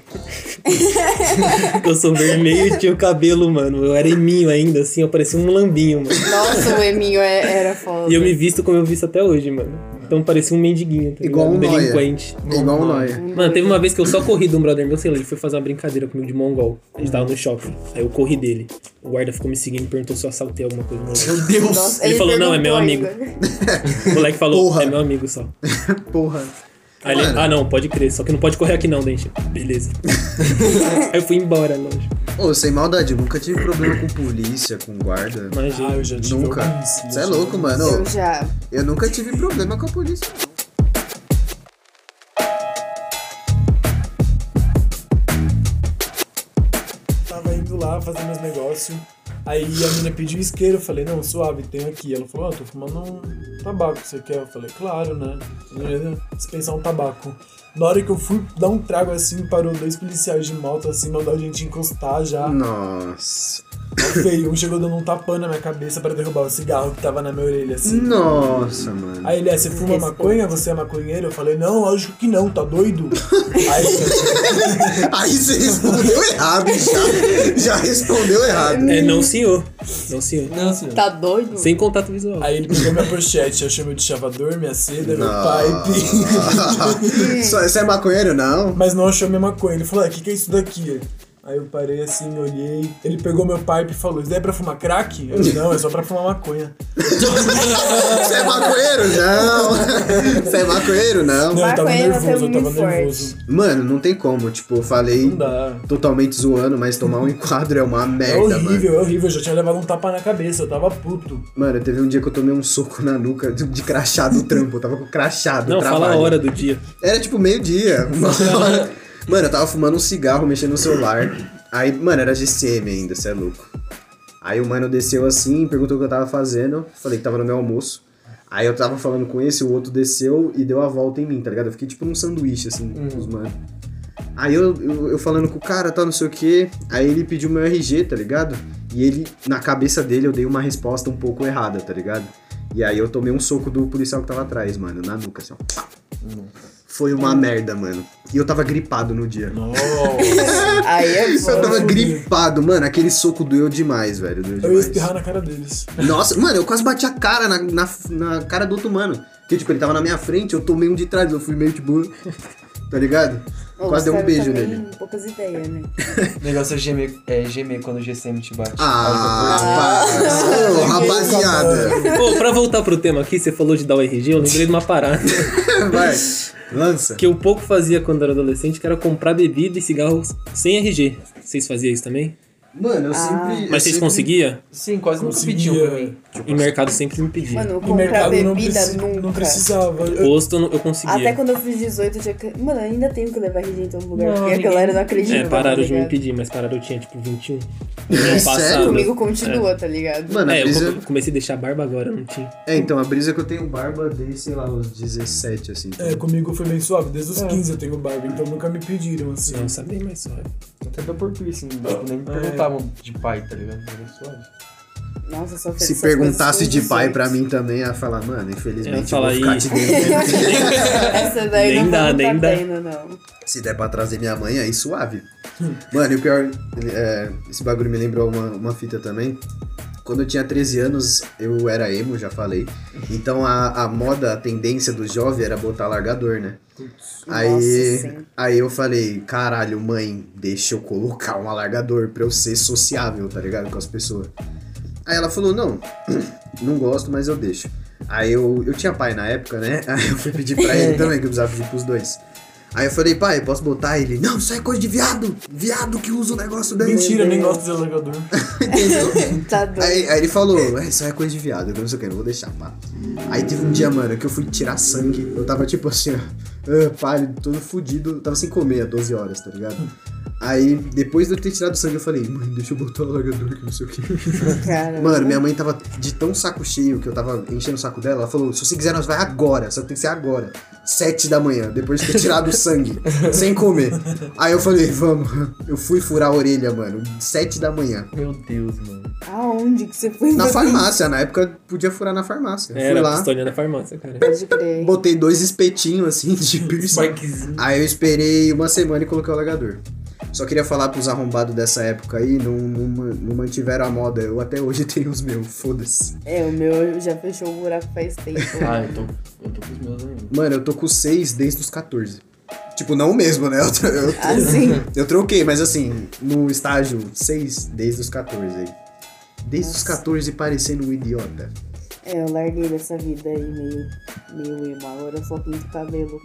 [laughs] Eu sou vermelho e tinha o cabelo, mano. Eu era eminho ainda, assim, eu parecia um lambinho, mano. Nossa, o Eminho é- era foda. E eu me visto como eu visto até hoje, mano. Então parecia um mendiguinho, tá Igual ligado? um nóia. delinquente. É igual o Noia. Mano, teve uma vez que eu só corri de um brother meu, sei lá, ele foi fazer uma brincadeira comigo de mongol. A gente tava no shopping. Aí eu corri dele. O guarda ficou me seguindo e perguntou se eu assaltei alguma coisa. Mano. Meu Deus! Nossa, Ele falou, não, é perguntou meu ainda. O moleque falou, Porra. é meu amigo só. Porra. Aí ele, Mano. ah não, pode crer, só que não pode correr aqui não, Dente. [laughs] Beleza. Aí eu fui embora, longe. Ô, sem maldade, eu nunca tive problema com polícia, com guarda. Ah, Imagina. eu já tive Nunca. alguns, Você já é tive louco, mano. Eu já. Eu nunca tive problema com a polícia. tava indo lá fazer meus negócios. Aí a menina pediu isqueiro, eu falei, não, suave, tem aqui. Ela falou, ó, tô fumando um tabaco, você quer? Eu falei, claro, né? Beleza, Dispensar um tabaco. Na hora que eu fui dar um trago assim, parou dois policiais de moto assim, mandou a gente encostar já. Hum. Nossa. [laughs] Feio, um chegou dando um tapão na minha cabeça pra derrubar o cigarro que tava na minha orelha Hum. assim. Nossa, mano. Aí ele, é, você fuma maconha? Você é maconheiro? Eu falei, não, lógico que não, tá doido? Aí, Aí você respondeu errado já. Já respondeu errado. É, não senhor. Não senhor. Não, senhor. Tá doido? Sem contato visual. aí ele pegou minha pochete, achou meu de chavador, minha seda, meu Não. pipe. Só- Você é maconheiro? Não. mas não achou a mesma coisa. Ele falou, o que, que é isso daqui? Aí eu parei assim, olhei. Ele pegou meu pipe e falou, isso daí é pra fumar crack? Eu falei, não, é só pra fumar maconha. Você é maconheiro? Não. Você é maconheiro? Não. Não, eu tava Maconha ainda nervoso, eu tem um tava muito forte. nervoso. Mano, não tem como. Tipo, eu Não falei dá. totalmente zoando, mas tomar um enquadro é uma É merda, mano. horrível, é horrível. Eu já tinha levado um tapa na cabeça, eu tava puto. Mano, teve um dia que eu tomei um soco na nuca de, de crachá do trampo. Eu tava com crachá do Não, trabalho. fala a hora do dia. Era tipo meio-dia, [laughs] uma hora. Mano, eu tava fumando um cigarro, mexendo no celular. Aí, mano, era GCM ainda, cê é louco. Aí o mano desceu assim, perguntou o que eu tava fazendo. Falei que tava no meu almoço. Aí eu tava falando com esse, o outro desceu e deu a volta em mim, tá ligado? Eu fiquei tipo num sanduíche, assim, com os mano. Aí eu, eu, eu falando com o cara, tá, não sei o quê. Aí ele pediu meu RG, tá ligado? E ele, na cabeça dele, eu dei uma resposta um pouco errada, tá ligado? E aí eu tomei um soco do policial que tava atrás, mano, na nuca, assim, ó. Foi uma merda, mano. E eu tava gripado no dia. Nossa. [laughs] Aí é Eu tava foda. gripado, mano. Aquele soco doeu demais, velho. Doeu Eu ia demais. espirrar na cara deles. Nossa, mano, eu quase bati a cara na, na, na cara do outro mano. Porque, tipo, ele tava na minha frente, eu tomei um de trás. Eu fui meio tipo. Tá ligado? Ô, quase deu um Gustavo beijo também, nele. Poucas ideias, né? O negócio é gemer, é gemer quando o GCM te bate. Ah, parça. Ô, rapaziada. Pô, pra voltar pro tema aqui, você falou de dar o RG, eu lembrei de uma parada [laughs] Vai, lança. que eu pouco fazia quando era adolescente, que era comprar bebida e cigarros sem RG. Vocês faziam isso também? Mano, eu sempre. Ah. Tipo assim. Mas vocês conseguiam? Sim, quase nunca Conseguia. pediu pra mim. Em mercado sempre me pediam. Mano, eu No comprar mercado não, bebida preci- nunca. não precisava. Eu- Posto eu não- eu conseguia. Até quando eu fiz 18, eu tinha que. Mano, eu ainda tenho que levar RG em todo lugar. Não, porque a ninguém- galera não acredita. tá É, pararam de me ligado? pedir, mas pararam, eu tinha tipo 21. Não É sério? Comigo continua, tá ligado? Mano, a É, eu brisa. co- comecei a deixar a barba agora, não tinha. É, então, a brisa é que eu tenho barba desde, sei lá, os 17, assim. É, comigo foi bem suave. Desde É. os 15 eu tenho barba, então nunca me pediram assim. Não, sabia mais suave. Até deu por piercing, tipo, nem me perguntavam de pai, tá ligado? Era suave. Nossa, só fez Se essas perguntasse coisas com de pai 18. pra mim também, ia falar, mano, Eu ia infelizmente eu, falar vou ficar aí. te devendo. [laughs] Essa daí Nem não dá, dá, nem nem dá. não. Se der pra trazer minha mãe, aí suave. Mano, e o pior, é, esse bagulho me lembrou uma, uma fita também. Quando eu tinha 13 anos, eu era emo, já falei. Então a, a moda, a tendência do jovem era botar largador, né? aí, sim. aí eu falei, caralho, mãe, deixa eu colocar um alargador pra eu ser sociável, tá ligado? Com as pessoas. Aí ela falou, não, [clears throat] não gosto, mas eu deixo. Aí eu, eu tinha pai na época, né? [laughs] Aí eu fui pedir pra ele também, que eu precisava pedir pros dois. Aí eu falei, pai, posso botar ele? Não, isso aí é coisa de viado! Viado que usa o negócio daí. Mentira, né? eu nem gosto de alargador. [laughs] Entendeu? Tá doido. Aí, aí ele falou, é, isso aí é coisa de viado, eu não sei o que, não vou deixar, pá. Aí teve um dia, mano, que eu fui tirar sangue, eu tava tipo assim, ó, ah, pálido, todo fudido, eu tava sem comer há 12 horas, tá ligado? Aí, depois de eu ter tirado sangue, eu falei, mãe, deixa eu botar o alargador que não sei o que. Cara. Mano, minha mãe tava de tão saco cheio que eu tava enchendo o saco dela. Ela falou: se você quiser, nós vai agora. Só que tem que ser agora. Sete da manhã, depois de ter tirado o sangue, sem comer. Aí eu falei: vamos. Eu fui furar a orelha, mano. Sete da manhã. Meu Deus, mano. Aonde que você foi? Na farmácia, na época podia furar na farmácia. É, fui era lá, pistolinha da farmácia, cara. Pode crer. botei dois espetinhos assim de piercing. Spikezinho. Aí eu esperei uma semana e coloquei o alagador. Só queria falar pros arrombados dessa época aí, não, não, ma- não mantiveram a moda. Eu até hoje [laughs] tenho os meus, foda-se. É, o meu já fechou o buraco faz tempo. [laughs] Ah, eu tô, eu tô com os meus ainda. Mano, eu tô com seis desde os 14. Tipo, não o mesmo, né? [laughs] Eu, tro- eu, Ah. Assim. eu troquei, mas assim, no estágio, seis desde os 14 aí. Desde os 14 parecendo um idiota. É, eu larguei dessa vida aí meio, meio emo. Agora eu só pinto cabelo.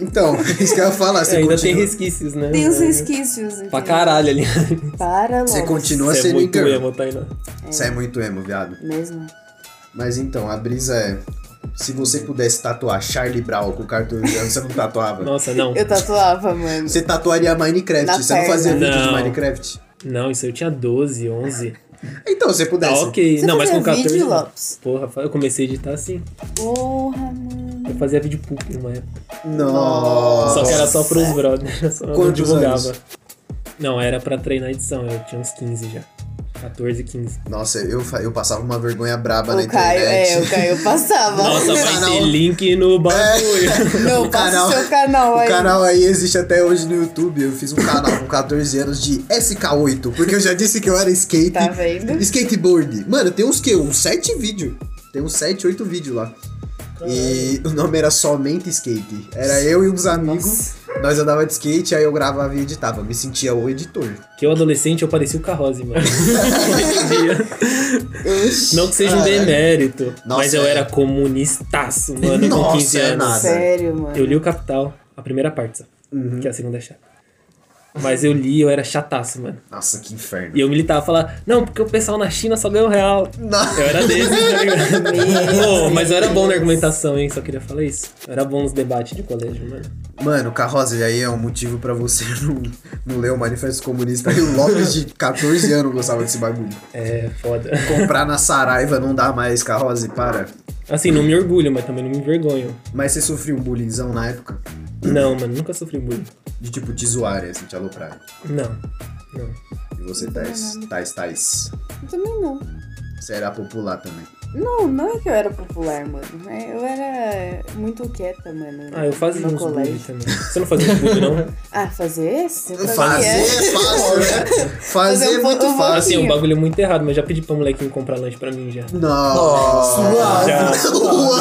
Então, [laughs] isso que eu ia falar, É, você [laughs] ainda tem continua, resquícios, né? Tem os É. resquícios. Pra entendeu? caralho ali. Para logo. você continua Você é sendo muito emo. emo, Tainá. Você é muito emo, viado. Mesmo. Mas então, a brisa é. Se você pudesse tatuar Charlie Brown com cartão de você não tatuava? Nossa, não. Eu tatuava, mano. Você tatuaria Minecraft, Na você não fazia perna. vídeo de Não. Minecraft? Não, isso eu tinha 12, 11. Então, se Tá pudesse. ok. Você não, mas com fazia 14. vídeo, não. Lopes? Porra, eu comecei a editar assim. Porra, mano. Eu fazia vídeo poop numa época. Nossa. Só que era só pros brothers. [laughs] eu Só não Quantos divulgava. anos? Não, era pra treinar edição. Eu tinha uns 15 já. 14, 15. Nossa, eu, fa- eu passava uma vergonha braba na O Caio, internet. é, o Caio passava. Nossa, vai canal- ter link no É. bagulho. [laughs] Não, o passa canal- o seu canal O aí. canal aí existe até hoje no YouTube. Eu fiz um canal com 14 anos de SK8, porque eu já disse que eu era skate. Tá vendo? Skateboard. Mano, tem uns que? Uns 7 vídeos. Tem uns 7, 8 vídeos lá. E o nome era somente skate. Era eu e uns amigos. Nós andava de skate, aí eu gravava e editava. Me sentia o editor. Que eu adolescente, eu parecia o Carrozzi, [laughs] mano. Hoje em dia. Não que seja um Caralho. demérito, mas eu é. era comunistaço, mano, Nossa, com 15 é anos. nada. Sério, mano. Eu li o Capital, a primeira parte só, Uhum. que é a segunda é chata. Mas eu li, eu era chataço, mano. Nossa, que inferno. E eu militava, falava, não, porque o pessoal na China só ganhou real. Eu era desse, tá [laughs] ligado? Pô, mas eu era bom na argumentação, hein? Só queria falar isso. Eu era bom nos debates de colégio, mano. Mano, Carroza, e aí é um motivo pra você [laughs] não, não ler o Manifesto Comunista. E o Lopes de 14 anos gostava desse bagulho. É, foda. Comprar na Saraiva não dá mais, Carroza, e para. Assim, não me orgulho, mas também não me envergonho. Mas você sofreu um bullyingzão na época? Não, mano, nunca sofri bullying. De tipo, te zoarem, assim, te aloprarem. Não, não. E você, Tais, Tais, Tais. Eu também não. Você era popular também. Não, não é que eu era popular, mano. É, Eu era muito quieta, mano. Ah, eu fazia no uns bullying colégio. também. Você não fazia [laughs] uns bullying, não? Ah, fazer esse? Eu Fazer fazia. é fácil, né? Fazer é um muito pouco- fácil. Assim, o bagulho é muito errado, mas já pedi pra molequinho comprar lanche pra mim já. Nossa. Já. [laughs] Nossa.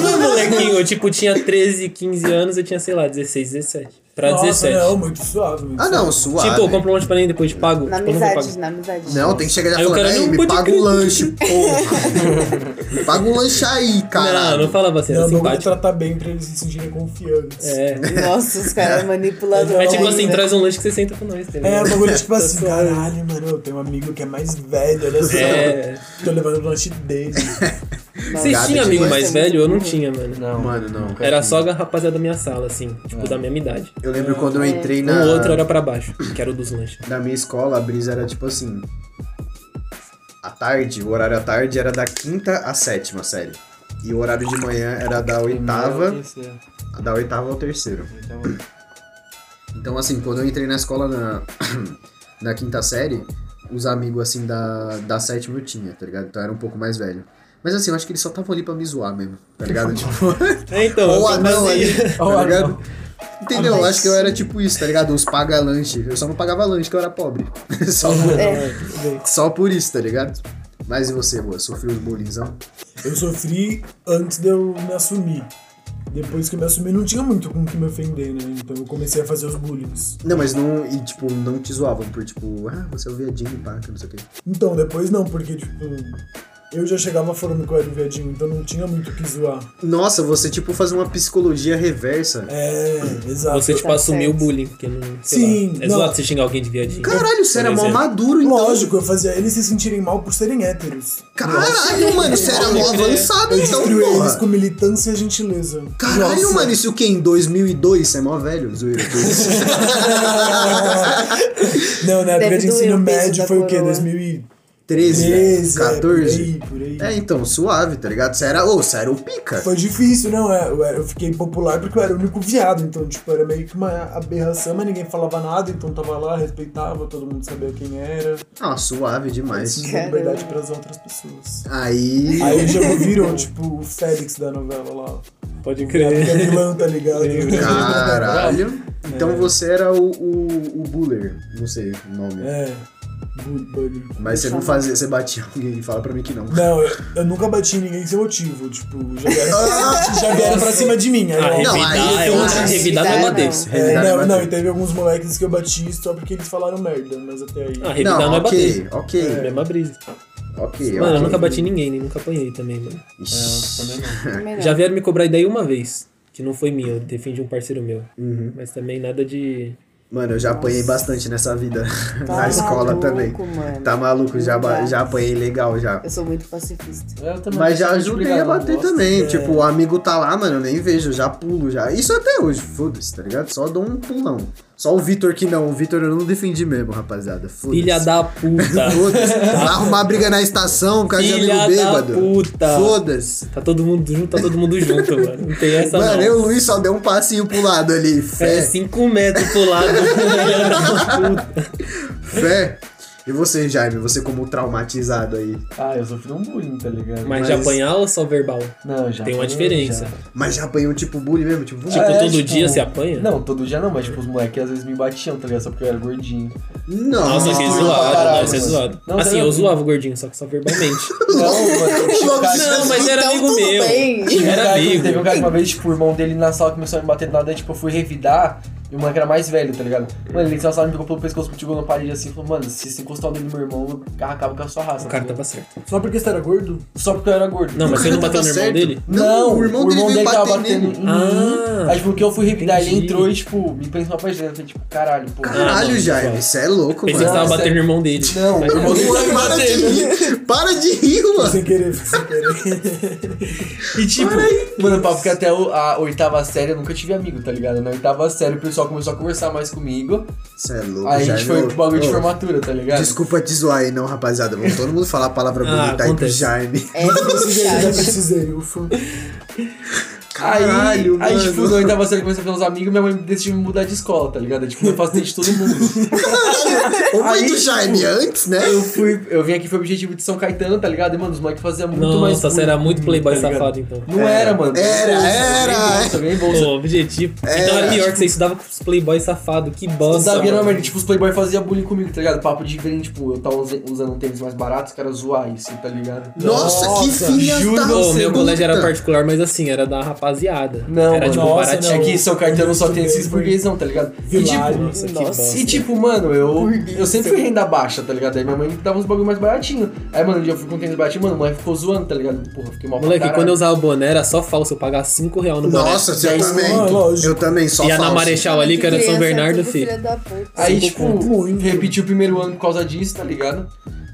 Não, molequinho, eu tipo tinha 13, 15 anos, eu tinha, sei lá, 16, 17. Pra Nossa, 17. não, muito suave. Muito Ah, não, Tipo, eu suave. compro um lanche pra mim depois te pago. Na tipo, eu não vou pagar. amizade, na amizade. Não, tem que chegar já Aí o falando, cara, "Ei, não me pode paga o crer." lanche, [laughs] porra. me paga o lanche aí, Não, cara. não falava assim, era Não, vamos simpático. tratar bem pra eles se sentirem confiantes. É. Nossa, os caras É. né? manipuladores. Mas tipo assim, ainda. traz um lanche que você senta com nós, entendeu? É, o bagulho tipo Tá assim, suave. caralho, mano, eu tenho um amigo que é mais velho, olha só. É. Tô levando o lanche dele. Vocês Gato tinham de amigo lanche mais é velho? muito Eu não bom. tinha, mano. Não. Mano, não. Era só a rapaziada da minha sala, assim, tipo, da mesma idade. Eu lembro quando eu entrei na, Um outro era pra baixo, que era o dos lanches. na minha escola, a brisa era tipo assim. A tarde, o horário à tarde era da quinta à sétima série. E o horário de manhã era da oitava, da oitava ao terceiro. Então, assim, quando eu entrei na escola na, [clears throat] na quinta série, os amigos, assim, da, da sétima eu tinha, tá ligado? Então eu era um pouco mais velho. Mas, assim, eu acho que eles só estavam ali pra me zoar mesmo, tá ligado? [laughs] Tipo, É, então, ou eu anão fazia. ali, [laughs] Ou tá ligado? Entendeu? Eu acho que eu era tipo isso, tá ligado? Os paga-lanche. Eu só não pagava lanche, que eu era pobre. [laughs] só, É. só por isso, tá ligado? Mas e você, boa? Sofreu os bullyingzão? Eu sofri antes de eu me assumir. Depois que eu me assumi, não tinha muito com o que me ofender, né? Então eu comecei a fazer os bullying. Não, mas não... E, tipo, não te zoavam por, tipo... Ah, você é o viadinho, pá, que não sei o quê. Então, depois não, porque, tipo, eu já chegava falando que eu era um viadinho, então não tinha muito o que zoar. Nossa, você tipo faz uma psicologia reversa. É, exato. Você, tipo, Tá assumiu o certo. bullying, porque não. sei Sim, lá, É não. zoado você xingar alguém de viadinho. Caralho, você era Por mal exemplo. maduro, então. Lógico, eu fazia eles se sentirem mal por serem héteros. Caralho, mano, você era mal crer. avançado, Eu então, destruí eles porra. com militância e gentileza. Caralho, Nossa. mano, isso o que? Em 2002? Você é mó velho, [laughs] zoeira. né? [laughs] Não, na época Deve de doer ensino o peso médio da foi o quê? coroa. 13, 2013? 14. É, por aí, por aí. É, então, suave, tá ligado? Você era, ô, você era o pica. Foi difícil, não, é, eu, eu fiquei popular porque eu era o único viado, então, tipo, era meio que uma aberração, mas ninguém falava nada, então tava lá, respeitava, todo mundo sabia quem era. Ah, suave demais. Tinha Caramba. liberdade pras outras pessoas. Aí. Aí o [laughs] jogo virou, tipo, o Félix da novela lá. Pode Que é crer. vilão, tá ligado? Caralho. É. Então você era o, o, o Buller. Não sei o nome. [laughs] É. bu- bullying. Mas você não fazia, você batia alguém. Fala pra mim que não. Não, eu, eu nunca bati em ninguém sem motivo. Tipo, já vieram, [laughs] já vieram pra cima de mim. Aí, Ah, eu- Não, aí assim, revidar é eu uma acho que revidada é dá, uma não. deles. é, revidar não, é não, bater. e teve alguns moleques que eu bati só porque eles falaram merda, mas até aí. Ah, Não, revidar não é ok, bater. ok, É a mesma brisa. ok. Mano, eu ok. nunca bati em ninguém, nem nunca apanhei também, mano. É, Ixi. Melhor. Já vieram me cobrar ideia uma vez, que não foi minha, eu defendi um parceiro meu. Uhum. Mas também nada de. Mano, eu já apanhei bastante nessa vida. [laughs] Tá Na escola maluco, também. mano. Tá maluco, já, ba- Tá. já apanhei legal já. Eu sou muito pacifista. Eu também Mas já gosto de ajudei brigar, a não bater gosto. é. também. Tipo, o amigo tá lá, mano, eu nem vejo, já pulo já. Isso até hoje, foda-se, tá ligado? Só dou um pulão. Só o Vitor que não. O Vitor eu não defendi mesmo, rapaziada. Foda-se. Filha da puta! Foda-se. Vai arrumar briga na estação por causa de Filha amigo da bêbado. puta! Foda-se. Tá todo mundo junto, tá todo mundo junto, mano. Não tem essa Mano, não. eu e o Luiz só deu um passinho pro lado ali. Tá Fé, É 5 metros pro lado. filha da puta. fé. E você, Jaime, você como traumatizado aí. Ah, eu sofri um bullying, tá ligado? Mas de Mas- apanhar ou só verbal? Não, já Tem uma apanhei, diferença. já. Mas já apanhou tipo bullying mesmo? Tipo, Tipo, É, todo tipo, dia você apanha? Não, todo dia não, mas tipo, os moleques às vezes me batiam, tá ligado? Só porque eu era gordinho. não. Nossa, que Ah, zoado, caralho, nossa, é mano. zoado. Não, assim, sério. eu zoava o gordinho, só que só verbalmente. Não, mano, tinha um cara- Não, mas era Então, amigo tudo meu. [laughs] bem. tinha um Era cara que- amigo. Teve um cara que uma vez, tipo, o irmão dele na sala começou a me bater do nada, e tipo, eu fui revidar. E o moleque era mais velho, tá ligado? Mano, ele na sala me pegou pelo pescoço, me pegou na parede assim, e falou, mano, se você encostar o dedo do meu irmão, eu acabo com a sua raça. O cara tá ligado? tava certo. Só porque você era gordo? Só porque eu era gordo. Não, mas você não bateu no irmão dele? Não, o irmão dele veio bater tava batendo nele. em mim. Ah. aí, tipo, que eu fui revidar, ele Entendi. entrou e, tipo, me prendeu uma parede. Eu falei, tipo, caralho, pô. Caralho, mano, Jaime, zoado. você é louco, Pensei que mano. você tava Não, batendo no irmão dele. Não, Mas o irmão dele tava Para de batendo. rir, para de rir, mano. Sem querer, [laughs] sem querer. E tipo, mano, papo que até o- a oitava série eu nunca tive amigo, tá ligado? Na oitava série o pessoal começou a conversar mais comigo. Você é louco, aí a Jaime. gente foi Ô, pro bagulho de ô, formatura, tá ligado? Desculpa te zoar aí, não, rapaziada. Vamos todo mundo falar a palavra Ah, bonita aí pro acontece. Jaime. É, Eu já puxado. precisei, ufa. Aí, Caralho, aí mano. tipo, na oitava série começou a ter uns amigos, minha mãe decidiu me mudar de escola, tá ligado? Eu, Tipo, eu afastei de todo [laughs] mundo. Ou mãe Aí, do Jaime tipo, antes, né? Eu fui, eu vim aqui foi objetivo de São Caetano, tá ligado? E, mano, os moleques faziam muito mais. Nossa, você era bullying muito comigo, playboy tá ligado? safado, então. Não era, mano. Era, Eu ganhei era, bolsa, eu ganhei bolsa. O objetivo. Então é pior que você estudava com os playboy safado. Que Não bosta. sabia, não, mano. mano. Tipo, os Playboy faziam bullying comigo, tá ligado? Papo diferente, tipo, eu tava usa- usando um tênis mais barato, os caras zoar isso, tá ligado? Nossa, que Nossa, filha juro, da ô, Pô, meu puta. colégio era particular, mas assim, era da rapaziada. Não, era mano, tipo nossa, baratinho. É não. que São Caetano só tem esses burguesão, tá ligado? E Vilário. tipo, Nossa, que Nossa. bosta. e tipo, mano, eu, eu sempre fui renda baixa, tá ligado? Aí minha mãe dava uns bagulho mais baratinho. Aí, mano, um dia eu fui com um tênis baratinho, mano, o moleque ficou zoando, tá ligado? Porra, fiquei mal pra Moleque, caralho. quando eu usava boné era só falso, eu pagava 5 reais no boné. Nossa, eu Dez pontos, também. lógico. Eu também, só E a na falso. Marechal ali, que era de São Criança é Bernardo, tudo filho. filha da puta. Aí, Cinco tipo, pontos. Muito. repeti o primeiro ano por causa disso, tá ligado?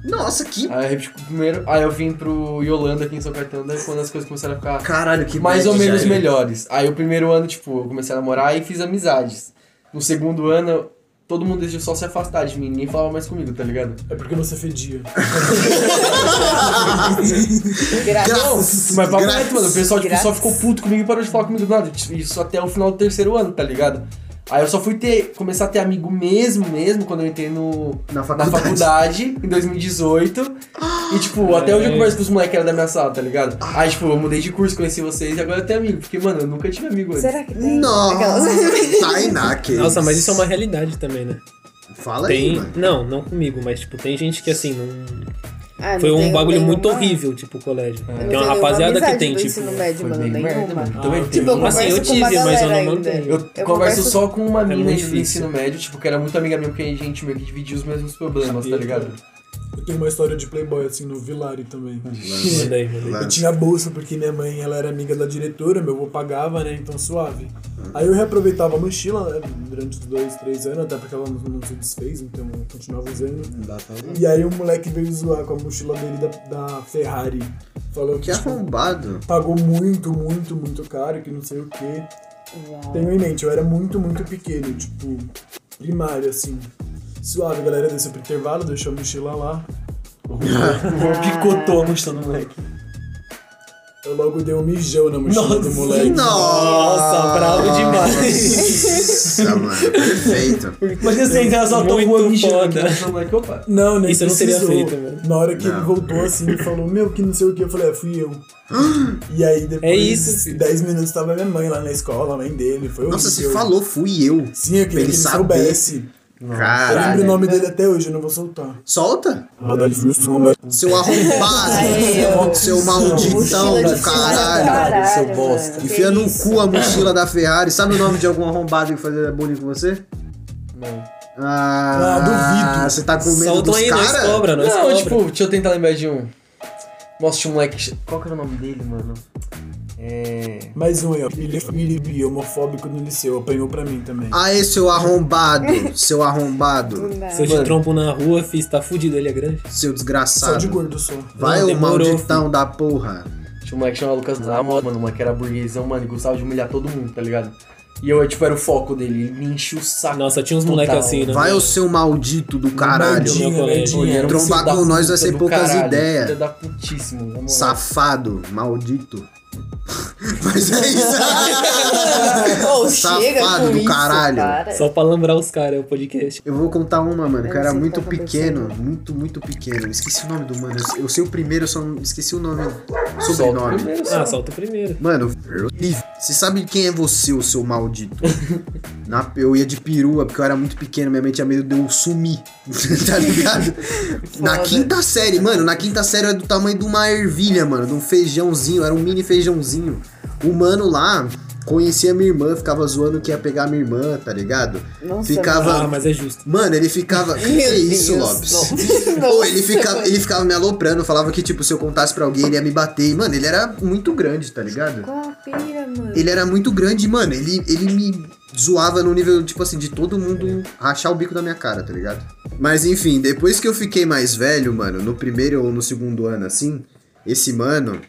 Nossa, que... Aí eu repeti o primeiro. Aí eu vim pro Yolanda aqui em São Caetano, daí quando as coisas começaram a ficar Caralho, que... mais ou bad, menos Jaime. melhores. Aí o primeiro ano, tipo, eu comecei a namorar e fiz amizades. No segundo ano, eu- todo mundo decidiu só se afastar de mim, ninguém falava mais comigo, tá ligado? É porque você fedia. Graças, Mas papo graças. reto, mano, o pessoal tipo, só Graças. ficou puto comigo e parou de falar comigo do nada. Isso até o final do terceiro ano, tá ligado? Aí eu só fui ter, começar a ter amigo mesmo, mesmo, quando eu entrei no, Na na faculdade. faculdade, em 2018. E, tipo, até hoje eu converso com os moleques que eram da minha sala, tá ligado? Aí, tipo, eu mudei de curso, conheci vocês e agora eu tenho amigo. Porque, mano, eu nunca tive amigo antes. Será que tem? Nossa, Aquelas- Tainá, que Nossa, mas isso é uma realidade também, né? Fala aí, Tem. mano. Não, não comigo, mas tipo, tem gente que assim, não. [laughs] Ah, não Foi um tenho bagulho nenhuma. muito horrível, tipo, o colégio. Eu não Tem tenho uma nenhuma rapaziada que amizade tem, do tipo. ensino médio, Foi mano, bem merda, nenhuma. mano. Também Ah, teve. Tipo, eu Assim, converso eu com uma tive, mas eu galera não ainda. mantenho. Eu, Eu converso, converso- só com uma É muito mina do difícil. ensino médio, tipo, que era muito amiga minha, porque a gente meio que dividia os mesmos problemas, tá ligado? Eu tenho uma história de playboy, assim, no Vilari também. Mandei, mandei. Eu tinha bolsa, porque minha mãe ela era amiga da diretora, meu avô pagava, né? Então suave. Aí eu reaproveitava a mochila né, durante os dois, três anos, até porque ela não, não se desfez, então eu continuava usando. Não dá pra usar. E aí um moleque veio zoar com a mochila dele da, da Ferrari. Falou Que que tipo, arrombado. pagou muito, muito, muito caro, que não sei o quê. Tenho em mente, eu era muito, muito pequeno, tipo, primário, assim. Suave, a galera desceu pro intervalo, deixou a mochila lá. Vou picotou a mochila do moleque. Eu logo dei um mijão na mochila do moleque. Nossa, bravo demais. Nossa, mano, perfeito. Mas eu sei que ela só Muito tomou a né? mijada. foda. Ela falou, moleque, opa. Não, nem Isso eu não teria precisou. feito, velho. Na hora que Não. ele voltou assim e falou, meu, que não sei o que, eu falei, ah, [gasps] fui eu. e aí depois É isso, filho. 10 minutos tava minha mãe lá na escola, a mãe dele, foi Nossa, horrível. se falou, fui eu. Sim, eu queria Ele que ele saber. soubesse. Eu Caralho. lembro o nome dele até hoje, eu não vou soltar. Solta, Rodolfo Sumba. seu arrombado, Aê, seu malditão Mochila do de caralho. caralho, seu mano. bosta. Que Enfia no isso? cu É. a mochila da Ferrari. Sabe o nome de algum arrombado que fazia bullying com você? Não. Ah, Ah, duvido. Você tá com medo Soltam dos aí, nós caras? cobra, nós Não, cobra. tipo, deixa eu tentar lembrar de um. Nossa, tinha um moleque. che- Qual que era o nome dele, mano? É. Mais um aí, ó. Ele é ele bi, homofóbico no liceu, apanhou pra mim também. Aê, seu arrombado, seu arrombado, Não. Se eu te Mano. trompo na rua, fiz, tá fudido, ele é grande. seu Só de desgraçado. gordo só. Vai, Não, ô demorou, malditão da porra. Tinha um moleque chamado Lucas da moda, mano. O moleque era burguesão, mano, e gostava de humilhar todo mundo, tá ligado? E eu, tipo, era o foco dele. Ele me enchia o saco. Nossa, tinha uns moleques Total. assim, né? Vai, ô seu maldito do caralho. Maldito. Merdinha, colégio. Ele era merdinha. um Trombar filho da com nós vai puta ser do poucas caralho, ideias. Filho da putíssimo. na moral. Safado, maldito. [laughs] Mas é [laughs] isso. Ô, chega Safado com do isso, caralho. para. Só pra lembrar os caras, o podcast. Eu vou contar uma, mano, que eu Eu era sei o que muito tá pequeno, acontecendo. muito, muito pequeno. Esqueci o nome do mano. Eu- Eu sei o primeiro, eu só não- esqueci o nome. Solta o Sobrenome. primeiro, Ah, solta. solta o primeiro. Mano, eu- Ih, você sabe quem é você, o seu [laughs] maldito? Na- eu ia de perua, porque eu era muito pequeno, minha mãe tinha medo de eu sumir, [laughs] tá ligado? na Foda. quinta série, mano, na quinta série eu era do tamanho de uma ervilha, mano, de um feijãozinho, era um mini feijãozinho. O mano lá conhecia minha irmã, ficava zoando que ia pegar minha irmã, tá ligado? Nossa, ficava. Ah, mas é justo. Mano, ele [laughs] ficava. que é Meu isso, Lopes? Deus, não. Pô, ele ficava, ele ficava me aloprando, falava que, tipo, se eu contasse pra alguém, ele ia me bater. E, mano, ele era muito grande, tá ligado? Qual a pira, mano? Ele era muito grande, e, mano, ele, ele me zoava no nível, tipo assim, de todo mundo rachar o bico da minha cara, tá ligado? Mas enfim, depois que eu fiquei mais velho, mano, no primeiro ou no segundo ano, assim, esse mano,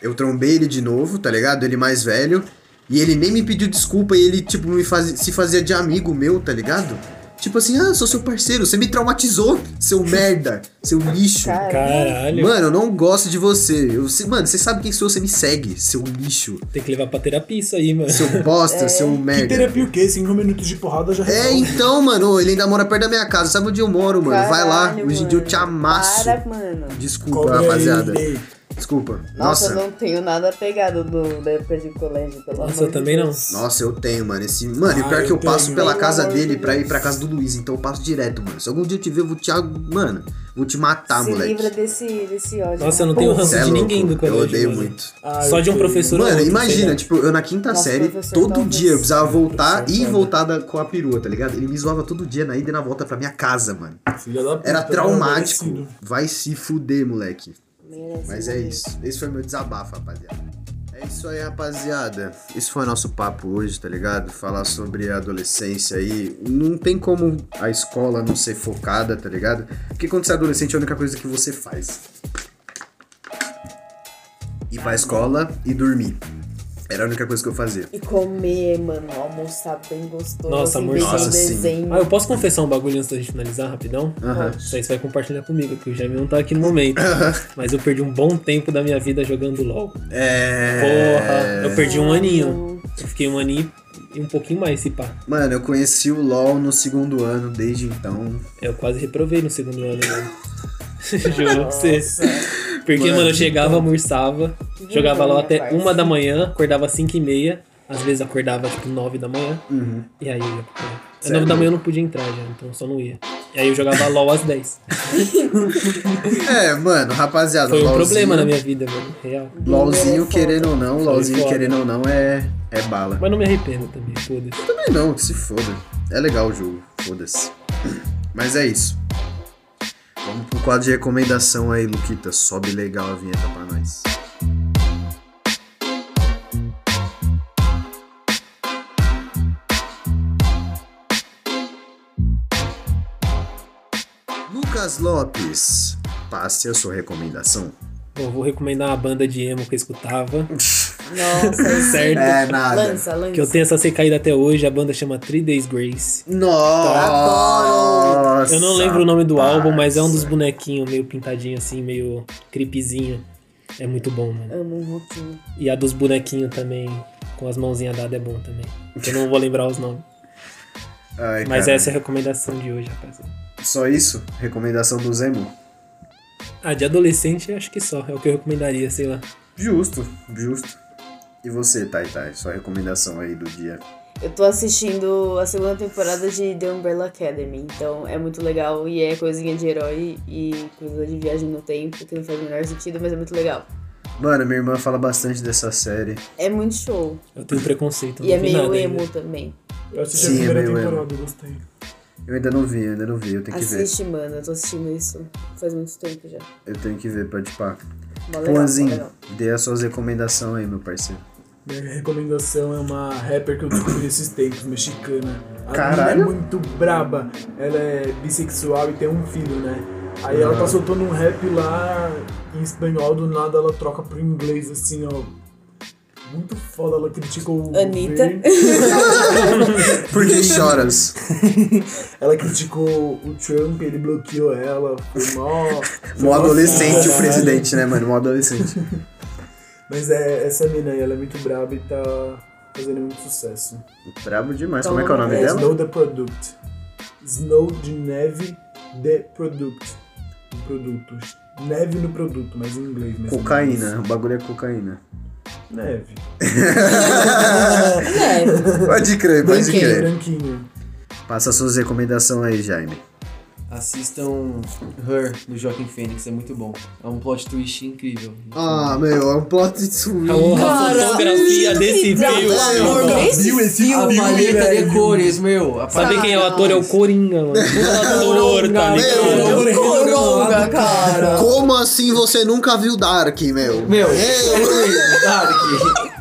eu trombei ele de novo, tá ligado? Ele mais velho. E ele nem me pediu desculpa e ele, tipo, me faz- se fazia de amigo meu, tá ligado? Tipo assim, ah, sou seu parceiro, você me traumatizou, seu merda, seu lixo. É. Caralho. Mano, eu não gosto de você. Eu, se- mano, você sabe quem sou, você me segue, seu lixo. Tem que levar pra terapia isso aí, mano. Seu É. bosta, seu Que merda. terapia o quê? Cinco minutos de porrada já É, resolve. então, mano, ele ainda mora perto da minha casa. Sabe onde eu moro, mano? Vai lá. Caralho, Hoje em dia eu te mano. amasso. Para, mano. Desculpa, é Cobra aí, então, rapaziada. ei. Desculpa. Nossa. Nossa, eu não tenho nada pegado do, da época de colégio, pelo Nossa, amor eu de também não. Deus. Nossa, eu tenho, mano. Esse... Mano, e Ah, pior que eu eu passo tenho. pela Pelo casa amor dele de pra ir Deus. pra casa do Luiz, então eu passo direto, mano. Se algum dia eu te ver, eu vou te. ag- Mano, vou te matar, Se Tá, moleque. livra desse, desse ódio. né? Nossa, eu não Pô, tenho Cê é ranço de louco, ninguém do colégio. Eu odeio mano. muito. Ah, Só eu de um tenho. professor ou Mano, outro, sei imagina, lá. é tipo, eu na quinta Nossa, é série, professor, todo talvez. dia eu precisava voltar e talvez. voltar da- com a perua, tá ligado? Ele me zoava todo dia na ida e na volta pra minha casa, mano. Filha da puta, Era tá traumático. merecido. Vai se fuder, moleque. Merece Mas é morrer. isso. Esse foi meu desabafo, rapaziada. É isso aí, rapaziada. Esse foi nosso papo hoje, tá ligado? Falar sobre a adolescência aí. Não tem como a escola não ser focada, tá ligado? Porque quando você é adolescente, é a única coisa que você faz. Ir pra escola e dormir. Era a única coisa que eu fazia. E comer, mano, almoçar bem gostoso. assim, Nossa, amor, ver um nossa, sim. desenho. Ah, eu posso confessar um bagulho antes da gente finalizar, rapidão? Aham. Isso aí você vai compartilhar comigo, que o Jaime não tá aqui [laughs] no momento. Mas eu perdi um bom tempo da minha vida jogando LOL. É. Porra, eu perdi um aninho. Eu fiquei um aninho e um pouquinho mais, se pá. Mano, eu conheci o LOL no segundo ano, desde então. Eu quase reprovei no segundo ano, mano. [laughs] Juro pra você. Porque, mano, eu chegava, almoçava, jogava lá até parça. uma da manhã, acordava às cinco e meia. Às vezes acordava, tipo, nove da manhã. E aí eu ia pro colégio. Às Uhum. Sério? nove da manhã eu não podia entrar já, então eu só não ia. E aí eu jogava LOL às 10. [laughs] É, mano, rapaziada. Foi um LOLzinho- problema na minha vida, mano. Real. LOLzinho, Foda. querendo ou não, LOLzinho, foda. querendo ou não, é, é bala. Mas não me arrependo também, foda-se. Também não, que se foda. É legal o jogo, foda-se. Mas é isso. Vamos pro quadro de recomendação aí, Luquita. Sobe legal a vinheta pra nós. Lucas Lopes, passe a sua recomendação. Bom, vou recomendar uma banda de emo que eu escutava, Nossa, [laughs] certo? É, nada. lança, lança. Que eu tenho essa secaída até hoje, a banda chama Three Days Grace. Nossa! Eu não lembro o nome do álbum, mas é um dos bonequinhos meio pintadinho assim, meio creepzinho. É muito bom, mano. Amo um roquinho. E a dos bonequinhos também, com as mãozinhas dadas, é bom também. Eu não vou lembrar os nomes. Ai, Mas cara. essa é a recomendação de hoje, rapaz. Só isso? Recomendação do Zemo? Ah, de adolescente, eu acho que só. É o que eu recomendaria, sei lá. Justo, justo. E você, Tai Tai? Sua recomendação aí do dia? Eu tô assistindo a segunda temporada de The Umbrella Academy, então é muito legal e é coisinha de herói e coisa de viagem no tempo, que não faz o menor sentido, mas é muito legal. Mano, minha irmã fala bastante dessa série. É muito show. Eu tenho preconceito. e não é vi meio nada emo ainda. também. Eu assisti Sim, a primeira é meio emo. temporada, eu gostei. Eu ainda não vi, eu ainda não vi, eu tenho que ver. Assiste, mano. Eu tô assistindo isso faz muito tempo já. Eu tenho que ver, pode pá. Mó legal, mó Juanzinho, legal. dê as suas recomendações aí, meu parceiro. [laughs] Minha recomendação é uma rapper que eu descobri esses tempos, mexicana. A Caralho. menina é muito braba. Ela é bissexual e tem um filho, né? Aí ela tá soltando um rap lá em espanhol, do nada ela troca pro inglês, assim, ó. Muito foda, ela critica o. Anitta. governo. Por que choras? Ela criticou o Trump, ele bloqueou ela. Foi mó. foi Um mó adolescente, foda, o presidente, né, mano? Um adolescente. né? Mas é, essa mina aí, ela é muito braba e tá fazendo muito sucesso. Brabo demais. Como é que é o nome É dela? Snow the Product. Snow de neve the product. O produto. Neve no produto, mas em inglês mesmo. Cocaína. O bagulho é cocaína. Neve. [laughs] É, Pode crer, pode Branquinho. crer. Branquinho. Passa as suas recomendações aí, Jaime. Assistam Her, do Joaquim Fênix, é muito bom. É um plot twist incrível. Ah, meu, é um plot de Alô, swing. Tá a fotografia desse drama, filme. amor. mano. viu esse A paleta de cores, meu. A Sabe quem é o ator? É o Coringa, mano. O ator, tá ligado? Meu, Coronga, cara. É, Como assim você nunca viu Dark, meu? Meu, Dark. é.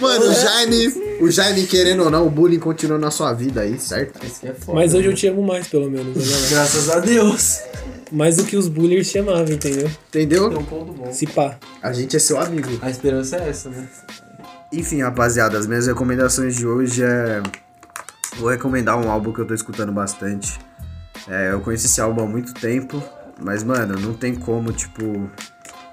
Mano, o Jaime, o Jaime querendo ou não, o bullying continua na sua vida aí, certo? Esse que é foda. Mas hoje eu te amo mais, pelo menos. né? Graças a Deus. Mais do que os bullies te amavam, entendeu? É Entendeu? um ponto bom. Se pá. A gente é seu amigo. A esperança é essa, né? Enfim, rapaziada, as minhas recomendações de hoje é. Vou recomendar um álbum que eu tô escutando bastante. É, eu conheço esse álbum há muito tempo, mas, mano, não tem como, tipo.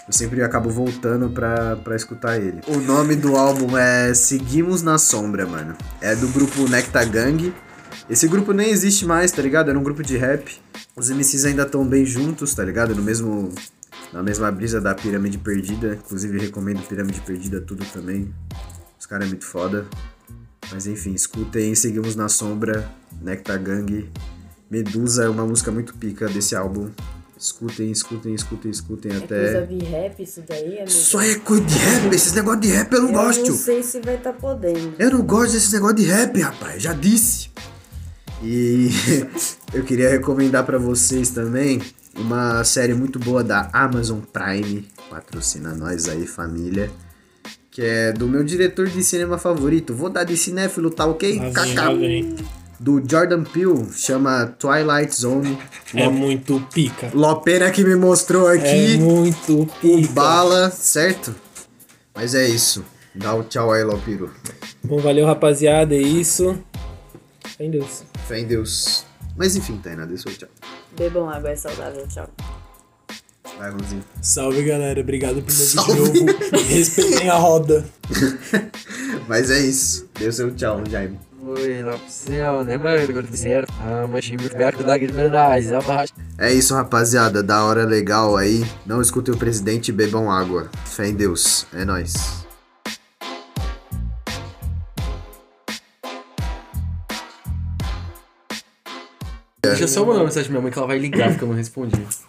Eu sempre acabo voltando pra, pra escutar ele. O nome do álbum é Seguimos na Sombra, mano. É do grupo Necta Gang. Esse grupo nem existe mais, tá ligado? Era um grupo de rap. Os MCs ainda estão bem juntos, tá ligado? No mesmo. Na mesma brisa da Pirâmide Perdida. Inclusive, recomendo Pirâmide Perdida tudo também. Os caras é muito foda. Mas enfim, escutem Seguimos na Sombra, Nectar Gang. Medusa é uma música muito pica desse álbum. Escutem, escutem, escutem, escutem é coisa até. de rap isso daí, amigo. Só é coisa de rap, esses negócios de rap eu não Eu gosto. não sei se vai tá podendo. Eu não gosto desse negócio de rap, rapaz, já disse. E [laughs] eu queria recomendar pra vocês também uma série muito boa da Amazon Prime, patrocina nós aí, família, que é do meu diretor de cinema favorito. Vou dar de cinéfilo, tá ok? Lá vem, lá Kaká. vem. Do Jordan Peele, chama Twilight Zone. É muito pica. Lopena que me mostrou É aqui. muito o pica. bala, certo? Mas é isso. Dá o tchau aí, Lopiro. Bom, valeu, rapaziada. É isso. Fé em Deus. Fé em Deus. Mas enfim, Tainá, dê seu tchau. Bebam água, é saudável, tchau. Vai, Ronzinho. [laughs] Salve, galera. Obrigado pelo vídeo novo. Respeitem a roda. Mas é isso. Dê o seu tchau, Jaime. Oi, lá pro céu, né, mano? Quando fizeram. Ah, mas time perto da Guilherme abaixo. É isso, rapaziada. Da hora legal aí. Não escutem o presidente e bebam água. Fé em Deus. É nóis. Deixa eu só mandar uma mensagem pra minha mãe que ela vai ligar porque eu não respondi.